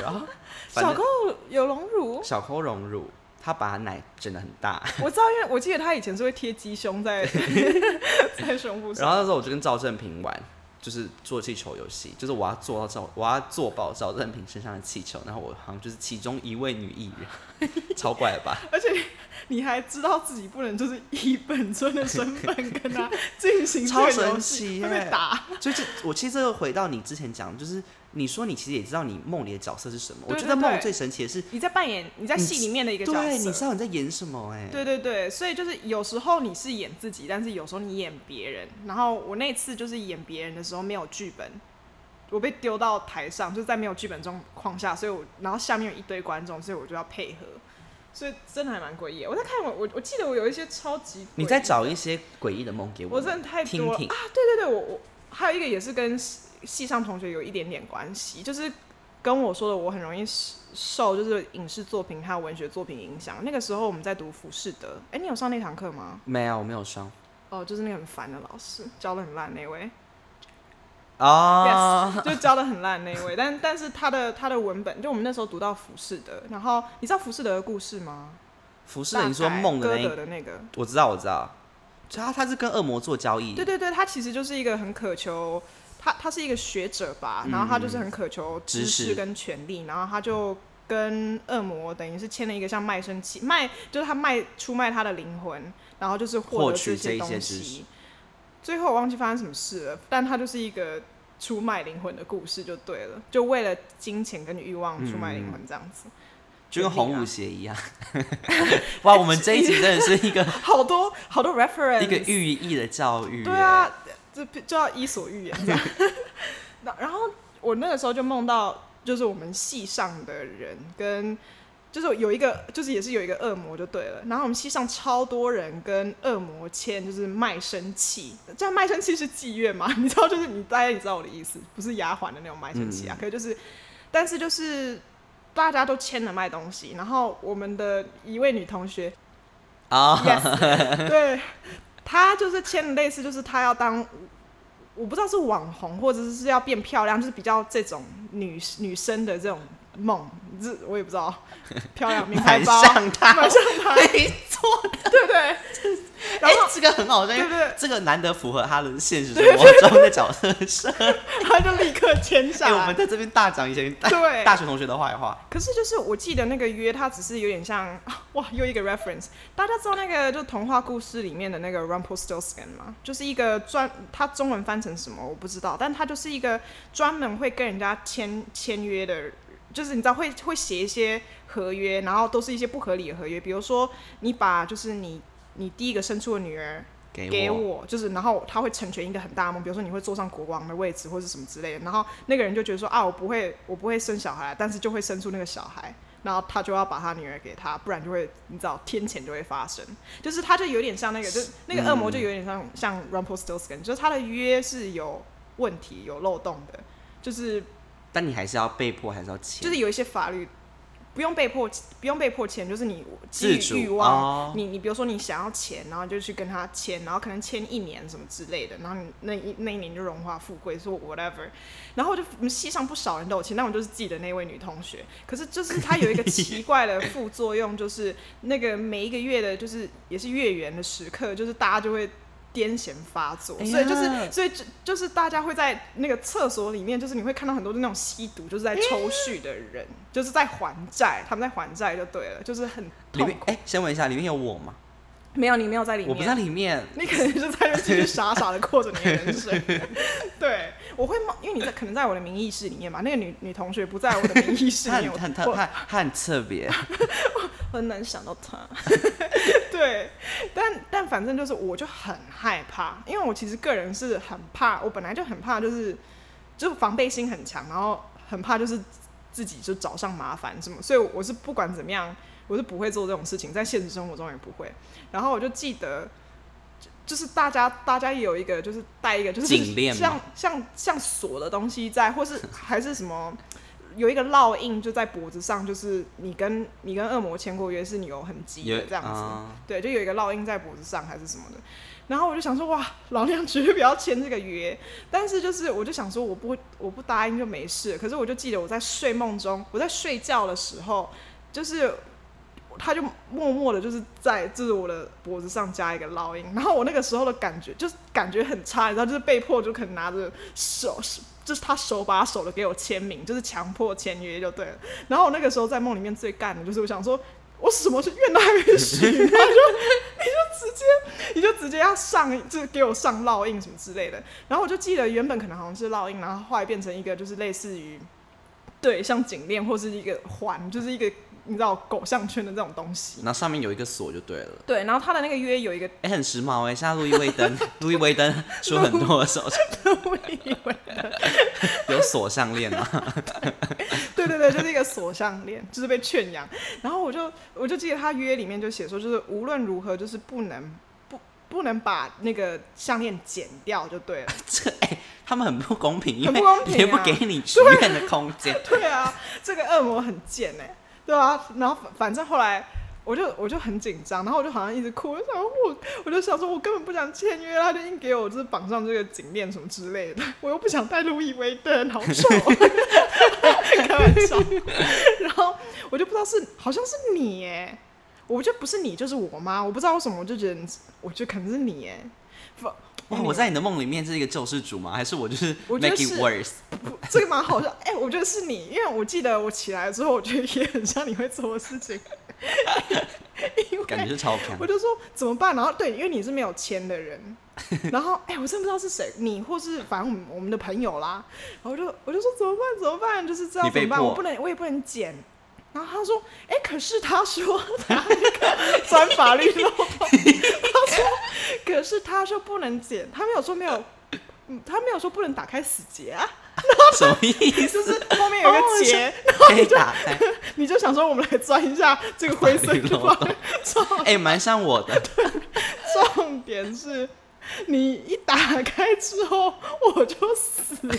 [SPEAKER 1] 然后反
[SPEAKER 2] 小
[SPEAKER 1] 正
[SPEAKER 2] 扣有隆乳，
[SPEAKER 1] 小抠荣辱，她把奶整的很大。
[SPEAKER 2] 我知道，因为我记得他以前是会贴鸡胸 在在胸部
[SPEAKER 1] 然
[SPEAKER 2] 上。
[SPEAKER 1] 后那时候我就跟赵正平玩，就是做气球游戏，就是我要做到赵，我要做爆赵正平身上的气球，然后我好像就是其中一位女艺 人，超怪的吧？
[SPEAKER 2] 而且你还知道自己不能就是以本尊的身份跟他进行这个
[SPEAKER 1] 超
[SPEAKER 2] 游
[SPEAKER 1] 神
[SPEAKER 2] 戏，
[SPEAKER 1] 奇
[SPEAKER 2] 会被
[SPEAKER 1] 耶
[SPEAKER 2] 打。
[SPEAKER 1] 所以这我其实这个回到你之前讲，就是你说你其实也知道你梦里的角色是什么，
[SPEAKER 2] 对
[SPEAKER 1] 我觉
[SPEAKER 2] 对
[SPEAKER 1] 得梦
[SPEAKER 2] 对
[SPEAKER 1] 最神奇的是，
[SPEAKER 2] 你在扮演你在
[SPEAKER 1] 你
[SPEAKER 2] 戏里面的一个角色，
[SPEAKER 1] 对，你知道你在演什么哎、
[SPEAKER 2] 对对对，所以就是有时候你是演自己，但是有时候你演别人。然后我那次就是演别人的时候没有剧本，我被丢到台上，就是在没有剧本状况下，所以我然后下面有一堆观众，所以我就要配合，所以真的还蛮诡异的。我在看我我我记得我有一些超级诡异
[SPEAKER 1] 你在找一些诡异的梦给
[SPEAKER 2] 我
[SPEAKER 1] 我
[SPEAKER 2] 真
[SPEAKER 1] 们
[SPEAKER 2] 的太
[SPEAKER 1] 听
[SPEAKER 2] 多啊了
[SPEAKER 1] 听。
[SPEAKER 2] 对对对，我我还有一个也是跟系系上同学有一点点关系，就是跟我说的，我很容易受就是影视作品还有文学作品影响。那个时候我们在读浮士德，哎、你有上那堂课吗？
[SPEAKER 1] 没有，我没有伤
[SPEAKER 2] 哦，就是那个很烦的老师，教的很烂那 位，哦
[SPEAKER 1] 啊。
[SPEAKER 2] 就教的很烂那位。但但是他的他的文本，就我们那时候读到浮士德，然后你知道浮士德的故事吗？
[SPEAKER 1] 浮士
[SPEAKER 2] 大
[SPEAKER 1] 德，
[SPEAKER 2] 概
[SPEAKER 1] 你说梦的
[SPEAKER 2] 歌
[SPEAKER 1] 那一
[SPEAKER 2] 德，的那个，
[SPEAKER 1] 我知道，我知道，就他他是跟恶魔做交易，
[SPEAKER 2] 对对对，他其实就是一个很渴求，他他是一个学者
[SPEAKER 1] 嗯
[SPEAKER 2] 吧，然后他就是很渴求知
[SPEAKER 1] 知识
[SPEAKER 2] 识跟权
[SPEAKER 1] 嗯
[SPEAKER 2] 力，然后他就跟恶魔等于是签了一个像卖身契，卖就是他卖出卖他的灵魂，然后就是获
[SPEAKER 1] 获
[SPEAKER 2] 得
[SPEAKER 1] 取
[SPEAKER 2] 这
[SPEAKER 1] 这一
[SPEAKER 2] 东
[SPEAKER 1] 些知识
[SPEAKER 2] 西。最后我忘记发生什么事了，但它就是一个出卖灵魂的故事就对了，就为了金钱跟欲望出卖灵
[SPEAKER 1] 嗯
[SPEAKER 2] 魂这样子。
[SPEAKER 1] 就
[SPEAKER 2] 原
[SPEAKER 1] 跟
[SPEAKER 2] 理啊
[SPEAKER 1] 红舞鞋一样。 哇，我们这一集真的是一 个
[SPEAKER 2] 好多好多 reference，
[SPEAKER 1] 一个寓意的教育。
[SPEAKER 2] 对啊，这就要伊索寓言这样。那然后我那个时候就梦到，就是我们系上的人跟，就是有一个，就是也是有一个恶魔就对了。然后我们系上超多人跟恶魔签，就是卖身契。这样卖身契是妓院吗？ 你知道，就是你大家也知道我的意思，不是丫鬟的那种卖身契啊。
[SPEAKER 1] 嗯
[SPEAKER 2] 可是就是，但是就是大家都签了卖东西。然后我们的一位女同学
[SPEAKER 1] 啊、
[SPEAKER 2] yes，对，他就是签的类似，就是他要当，我不知道是网红或者是要变漂亮，就是比较这种女女生的这种梦，这我也不知道，漂亮名牌
[SPEAKER 1] 蛮
[SPEAKER 2] 包，
[SPEAKER 1] 像他，
[SPEAKER 2] 蛮像他
[SPEAKER 1] 没错。
[SPEAKER 2] 对不对？
[SPEAKER 1] 哎、
[SPEAKER 2] 然后
[SPEAKER 1] 这个很好笑，因为
[SPEAKER 2] 对对
[SPEAKER 1] 这个难得符合他的现实生活中的角色设定。
[SPEAKER 2] 他就立刻签
[SPEAKER 1] 哎、
[SPEAKER 2] 下
[SPEAKER 1] 我
[SPEAKER 2] 来
[SPEAKER 1] 们。在这边大讲以前大
[SPEAKER 2] 对，
[SPEAKER 1] 大学同学的坏话。
[SPEAKER 2] 可是就是我记得那个约，它只是有点像 哇，又一个 reference。大家知道那个就童话故事里面的那个 Rumpelstiltskin 吗？就是一个专，它中文翻成什么我不知道，但它就是一个专门会跟人家签签约的，就是你知道会会写一些合约，然后都是一些不合理的合约，比如说你把就是你你第一个生出的女儿
[SPEAKER 1] 给
[SPEAKER 2] 给我，就是然后他会成全一个很大的梦，比如说你会坐上国王的位置或是什么之类的，然后那个人就觉得说啊，我不会，我不会生小孩，但是就会生出那个小孩，然后他就要把他女儿给他，不然就会你知道天谴就会发生，就是他就有点像那个，就是那个恶魔就有点像、像 Rumpelstiltskin，就是他的约是有问题、有漏洞的，就是
[SPEAKER 1] 但你还是要被迫，还是要签，
[SPEAKER 2] 就是有一些法律不用被迫不用被迫签，就是你
[SPEAKER 1] 自
[SPEAKER 2] 基
[SPEAKER 1] 主
[SPEAKER 2] 于欲望，
[SPEAKER 1] 哦
[SPEAKER 2] 你你比如说你想要钱，然后就去跟他签，然后可能签一年什么之类的，然后你那一那一年就荣华富贵，说 whatever，然后我就我们系上不少人都有签，但我就是记得那位女同学，可是就是她有一个奇怪的副作用，就是那个每一个月的，就是也是月圆的时刻，就是大家就会。癫痫发作，
[SPEAKER 1] 哎呀
[SPEAKER 2] 所以就是，所以就就是大家会在那个厕所里面，就是你会看到很多那种吸毒，就是在抽蓄的人，就是在还债，他们在还债就对了，就是很
[SPEAKER 1] 里
[SPEAKER 2] 痛
[SPEAKER 1] 面
[SPEAKER 2] 苦。
[SPEAKER 1] 哎、先问一下，里面有我吗？
[SPEAKER 2] 没有，你没有在里面，
[SPEAKER 1] 我不在里面。
[SPEAKER 2] 你可能就在那继续傻傻的过着你的人 生。对，我会梦，因为你在可能在我的名义室里面嘛，那个女女同学不在我的名义室
[SPEAKER 1] 他
[SPEAKER 2] 里
[SPEAKER 1] 很
[SPEAKER 2] 面，
[SPEAKER 1] 他很
[SPEAKER 2] 我
[SPEAKER 1] 他
[SPEAKER 2] 我
[SPEAKER 1] 他他很特别，
[SPEAKER 2] 很难想到她。 对，但但反正就是我就很害怕，因为我其实个人是很怕，我本来就很怕，就是就是防备心很强，然后很怕就是自己就找上麻烦什么，所以我是不管怎么样，我是不会做这种事情，在现实生活中也不会。然后我就记得。就就是大家，大家也有一个，就是带一个，就是
[SPEAKER 1] 颈链吗
[SPEAKER 2] 像像像锁的东西在，或是还是什么，有一个烙印就在脖子上，就是你跟你跟恶魔签过约，是你有痕迹
[SPEAKER 1] 有
[SPEAKER 2] 的这样子。
[SPEAKER 1] 啊
[SPEAKER 2] 对，就有一个烙印在脖子上还是什么的。然后我就想说，哇，老娘绝对不要签这个约。但是就是，我就想说，我不我不答应就没事。可是我就记得我在睡梦中，我在睡觉的时候，就是他就默默的，就是在就是我的脖子上加一个烙印。然后我那个时候的感觉就是感觉很差，你知道，就是被迫就可能拿着手，就是他手把手的给我签名，就是强迫签约就对了。然后我那个时候在梦里面最干的就是我想说，我什么是越来越虚，然后就你就直接你就直接要上，就是给我上烙印什么之类的。然后我就记得原本可能好像是烙印，然后后来变成一个就是类似于对像颈链或是一个环，就是一个你知道狗项圈的这种东西。
[SPEAKER 1] 然后上面有一个锁就对了。
[SPEAKER 2] 对，然后他的那个约有一个
[SPEAKER 1] 哎、很时髦哎、现在路易威登， 路易威登出很多的手
[SPEAKER 2] 我以为
[SPEAKER 1] 有锁项链啊，
[SPEAKER 2] 对对对，就是一个锁项链， 就是被圈养。然后我就我就记得他约里面就写说，就是无论如何就是不能不不能把那个项链剪掉就对了。
[SPEAKER 1] 这哎、他们很不公平，因
[SPEAKER 2] 很
[SPEAKER 1] 为
[SPEAKER 2] 不公平啊
[SPEAKER 1] 也不给你许愿的空间。
[SPEAKER 2] 对啊，这个恶魔很贱哎、对啊。然后反反正后来我就我就很紧张，然后我就好像一直哭，我就想说我我就想说我根本不想签约，他就硬给我就是绑上这个颈链什么之类的，我又不想戴路易威登，好丑，开玩笑。然后我就不知道是好像是你哎、我就不是你就是我妈，我不知道为什么我就觉得你我觉得可能是你哎、不
[SPEAKER 1] 哇，我在你的梦里面是一个救世主吗？还是我就是
[SPEAKER 2] 我觉
[SPEAKER 1] make
[SPEAKER 2] 得
[SPEAKER 1] it
[SPEAKER 2] 是
[SPEAKER 1] worse？
[SPEAKER 2] 不 这个蛮好笑。哎、我觉得是你，因为我记得我起来之后，我觉得也很像你会做的事情。 因
[SPEAKER 1] 感觉
[SPEAKER 2] 为
[SPEAKER 1] 是超强
[SPEAKER 2] 我。就说怎么办？然后对，因为你是没有签的人，然后哎、我真不知道是谁，你或是反正我们我们的朋友啦，然后我就我就说怎么办怎么办，就是这样
[SPEAKER 1] 你
[SPEAKER 2] 怎
[SPEAKER 1] 被
[SPEAKER 2] 么办，我
[SPEAKER 1] 迫
[SPEAKER 2] 不能我也不能剪。然后他说，哎、可是他说 他那个钻法律漏 洞，他说可是他说不能剪，他没有说没有，嗯他没有说不能打开死结啊，
[SPEAKER 1] 什么意 思？
[SPEAKER 2] 就是后面有一
[SPEAKER 1] 哦
[SPEAKER 2] 个
[SPEAKER 1] 是
[SPEAKER 2] 结，
[SPEAKER 1] 可以打开？
[SPEAKER 2] 你就想说我们来钻一下这个灰色
[SPEAKER 1] 法律
[SPEAKER 2] 地
[SPEAKER 1] 漏
[SPEAKER 2] 方
[SPEAKER 1] 洞，
[SPEAKER 2] 重
[SPEAKER 1] 哎，蛮像我的。
[SPEAKER 2] 重点是，你一打开之后我就死了，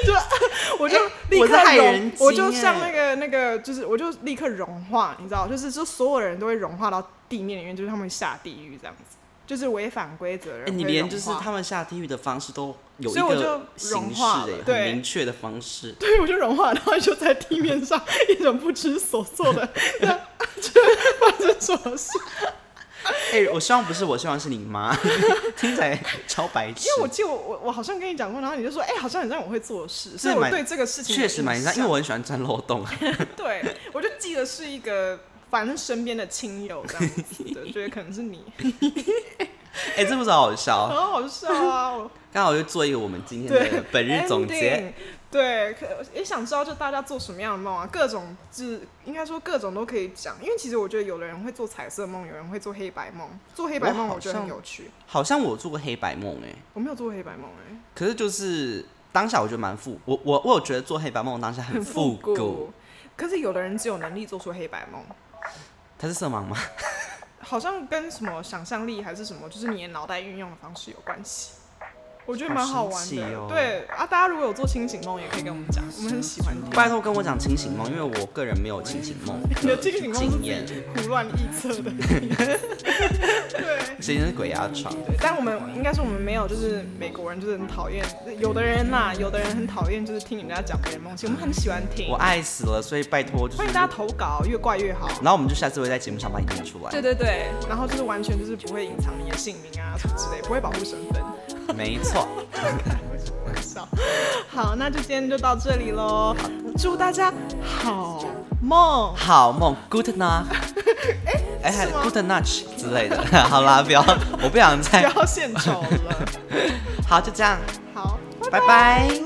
[SPEAKER 2] 就 我就
[SPEAKER 1] 哎
[SPEAKER 2] 立
[SPEAKER 1] 我
[SPEAKER 2] 刻
[SPEAKER 1] 是害
[SPEAKER 2] 融
[SPEAKER 1] 人，
[SPEAKER 2] 啊我
[SPEAKER 1] 精
[SPEAKER 2] 就像那
[SPEAKER 1] 哎
[SPEAKER 2] 个那个，就是我就立刻融化，你知道，就是说所有人都会融化到地面里面，就是他们下地狱这样子，就是违反规则的人
[SPEAKER 1] 哎，
[SPEAKER 2] 会融化。
[SPEAKER 1] 你连就是他们下地狱的方式都有一
[SPEAKER 2] 所以我
[SPEAKER 1] 个
[SPEAKER 2] 就融
[SPEAKER 1] 形式，
[SPEAKER 2] 化
[SPEAKER 1] 哎
[SPEAKER 2] 了对
[SPEAKER 1] 很明确的方式。
[SPEAKER 2] 对，我就融化，然后就在地面上一种不知所措 的，那就发生什么事？
[SPEAKER 1] 哎、我希望不是我，希望是你妈， 听起来超白痴
[SPEAKER 2] 因。为我记得我我我好像跟你讲过，然后你就说，哎、好像很像我会做的事，所以
[SPEAKER 1] 这
[SPEAKER 2] 我
[SPEAKER 1] 蛮
[SPEAKER 2] 对这个事情
[SPEAKER 1] 确实蛮像，因为
[SPEAKER 2] 为
[SPEAKER 1] 我很喜欢钻漏洞啊。
[SPEAKER 2] 对我就记得是一个，反正身边的亲友这样子的，觉得可能是 你，
[SPEAKER 1] 哎、这不是好笑？
[SPEAKER 2] 很哦好笑啊， 我
[SPEAKER 1] 刚好就做一个我们今天
[SPEAKER 2] 对
[SPEAKER 1] 的本日总结。
[SPEAKER 2] ending，对，可也想知道就大家做什么样的梦啊，各种就是应该说各种都可以讲，因为其实我觉得有的人会做彩色梦，有人会做黑白梦，做黑白
[SPEAKER 1] 我
[SPEAKER 2] 梦我
[SPEAKER 1] 好
[SPEAKER 2] 觉得很
[SPEAKER 1] 像
[SPEAKER 2] 有趣，
[SPEAKER 1] 好像我做过黑白梦哎、
[SPEAKER 2] 我没有做过黑白梦哎、
[SPEAKER 1] 可是就是当下我觉得蛮复，我我我有觉得做黑白梦当下很复
[SPEAKER 2] 很
[SPEAKER 1] 古。。
[SPEAKER 2] 可是有的人只有能力做出黑白梦，
[SPEAKER 1] 他是色盲吗？
[SPEAKER 2] 好像跟什么想象力还是什么，就是你的脑袋运用的方式有关系。我觉得蛮好玩
[SPEAKER 1] 好神奇
[SPEAKER 2] 的，
[SPEAKER 1] 哦
[SPEAKER 2] 对啊，大家如果有做清醒梦，也可以跟我们讲，我们很喜欢听。
[SPEAKER 1] 拜托跟我讲清醒梦，因为我个人没有清醒梦
[SPEAKER 2] 你的清醒梦是
[SPEAKER 1] 经
[SPEAKER 2] 自
[SPEAKER 1] 验，
[SPEAKER 2] 己胡乱臆测的，对。
[SPEAKER 1] 谁是鬼压床？
[SPEAKER 2] 对，但我们应该是我们没有，就是美国人就是很讨厌，有的人呐、有的人很讨厌，就是听人家讲别人梦境，我们很喜欢听
[SPEAKER 1] 我。爱死了，所以拜托就是
[SPEAKER 2] 欢迎。大家投稿，越怪越好。
[SPEAKER 1] 然后我们就下次会在节目上把你念出来。
[SPEAKER 2] 对对对，然后就是完全就是不会隐藏你的姓名啊什么之类，不会保护身份。
[SPEAKER 1] 没错。
[SPEAKER 2] 很少。 好，那就今天就到这里喽，祝大家好梦。
[SPEAKER 1] 好梦，Good night，哎，还
[SPEAKER 2] 是吗
[SPEAKER 1] Good night 之类的。 好啦，不要，我不想
[SPEAKER 2] 不
[SPEAKER 1] 再，
[SPEAKER 2] 要献丑了。
[SPEAKER 1] 好，就这样，
[SPEAKER 2] 好，拜拜
[SPEAKER 1] 拜拜。